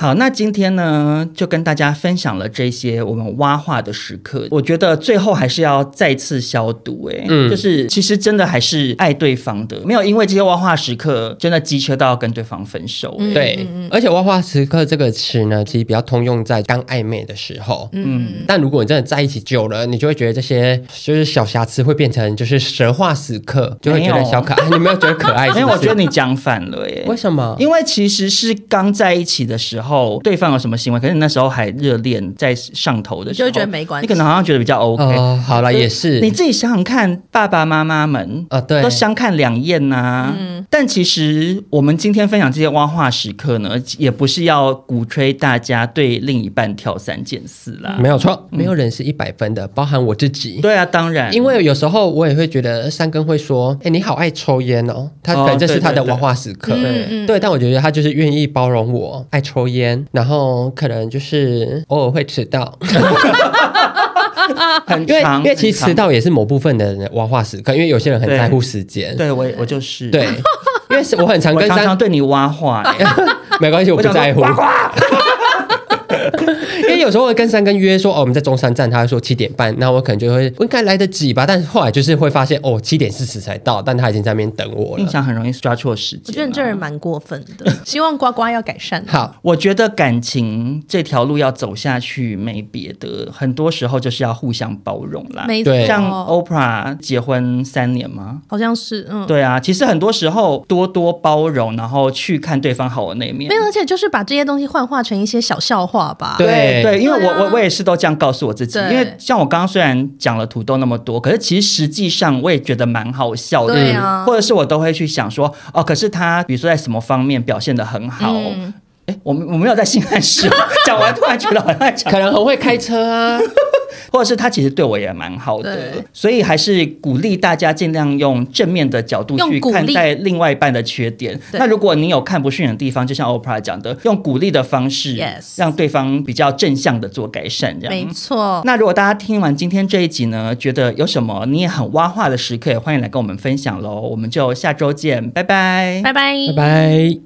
Speaker 1: 好，那今天呢，就跟大家分享了这些我们挖话的时刻。我觉得最后还是要再次消毒、欸，
Speaker 2: 嗯
Speaker 1: 就是其实真的还是爱对方的，没有因为这些挖话时刻真的机车到要跟对方分手、
Speaker 4: 嗯
Speaker 1: 欸
Speaker 2: 对，而且“挖花时刻”这个词呢，其实比较通用在刚暧昧的时候。嗯，但如果你真的在一起久了，你就会觉得这些就是小瑕疵会变成就是蛇化时刻，就会觉
Speaker 1: 没
Speaker 2: 得
Speaker 1: 有
Speaker 2: 小可哎爱。你没有觉得可爱是不
Speaker 1: 因
Speaker 2: 是？
Speaker 1: 为我觉得你讲反了哎耶、
Speaker 2: 为什
Speaker 4: 啊
Speaker 2: 么？
Speaker 1: 因为其实是刚在一起的时候，对方有什么行为，可是你那时候还热恋在上头的时候，
Speaker 4: 你就会觉得没关系
Speaker 1: 你可能好像觉得比较 OK。
Speaker 2: 哦，好了，也
Speaker 1: 你
Speaker 2: 是。
Speaker 1: 自己想想看，爸爸妈妈们
Speaker 2: 啊对
Speaker 1: 都相看两厌呐、
Speaker 4: 嗯
Speaker 1: 但其实我们今天分享这些挖话时刻呢，也不是要鼓吹大家对另一半挑三拣四啦。
Speaker 2: 没有错，
Speaker 1: 嗯
Speaker 2: 没有人是一百分的，包含我自己。
Speaker 1: 对啊，当然，
Speaker 2: 因为有时候我也会觉得三根会说：“哎、你好爱抽烟哦。”他
Speaker 1: 哦
Speaker 2: 可能这
Speaker 1: 对
Speaker 2: 是他的
Speaker 1: 对对
Speaker 2: 文化时刻，
Speaker 1: 对
Speaker 2: 对。但我觉得他就是愿意包容我爱抽烟，然后可能就是偶尔会迟到，
Speaker 1: 很
Speaker 2: 因为
Speaker 1: 长，
Speaker 2: 因为其
Speaker 1: 很
Speaker 2: 实
Speaker 1: 长
Speaker 2: 迟到也是某部分的人的文化时刻，因为有些人很在乎时间，
Speaker 1: 对我我就是
Speaker 2: 对，因为是我很 常
Speaker 1: 我
Speaker 2: 跟
Speaker 1: 常常
Speaker 2: 三，
Speaker 1: 对你挖话、欸
Speaker 2: 没 关系，我不
Speaker 1: 想说
Speaker 2: 在 乎
Speaker 1: 挖。话
Speaker 2: 因为有时候会跟三根约说，哦，我们在中山站，他会说七点半，那我可能就会我应该来得及吧，但是后来就是会发现，哦，七点四十才到，但他已经在那边等我
Speaker 1: 印
Speaker 2: 了。
Speaker 1: 象很容易抓错时间啊、
Speaker 4: 我觉得你这人蛮过分 的，希望呱呱要改善。
Speaker 2: 好，
Speaker 1: 我觉得感情这条路要走下去没别的，很多时候就是要互相包容啦。
Speaker 4: 没
Speaker 2: 对
Speaker 1: 像
Speaker 4: 错，
Speaker 1: Oprah 结婚三年吗？
Speaker 4: 好像是嗯。
Speaker 1: 对啊，其实很多时候多多包容，然后去看对方好的那一面
Speaker 4: 没。有，而且就是把这些东西幻化成一些小笑话吧。
Speaker 2: 对
Speaker 1: 对，因为我、
Speaker 4: 对啊
Speaker 1: 我我也是都这样告诉我自己，
Speaker 4: 对
Speaker 1: 因为像我刚刚虽然讲了土豆那么多，可是其实实际上我也觉得蛮好笑的，
Speaker 4: 对啊
Speaker 1: 或者是我都会去想说，哦，可是他比如说在什么方面表现的很好，
Speaker 4: 嗯
Speaker 1: 哎、我们我没有在性暗示哦，讲完突然觉得好像在讲
Speaker 2: 可能很会开车啊，
Speaker 1: 或者是他其实对我也蛮好的
Speaker 4: 对，
Speaker 1: 所以还是鼓励大家尽量用正面的角度去
Speaker 4: 用鼓励
Speaker 1: 看待另外一半的缺点。
Speaker 4: 对
Speaker 1: 那如果你有看不顺眼的地方，就像 OPRA 讲的，用鼓励的方式
Speaker 4: Yes
Speaker 1: 让对方比较正向的做改善，这
Speaker 4: 没
Speaker 1: 样。
Speaker 4: 错。
Speaker 1: 那如果大家听完今天这一集呢，觉得有什么你也很挖话的时刻，也欢迎来跟我们分享喽。我们就下周见，拜拜
Speaker 4: 拜拜。
Speaker 2: 拜拜。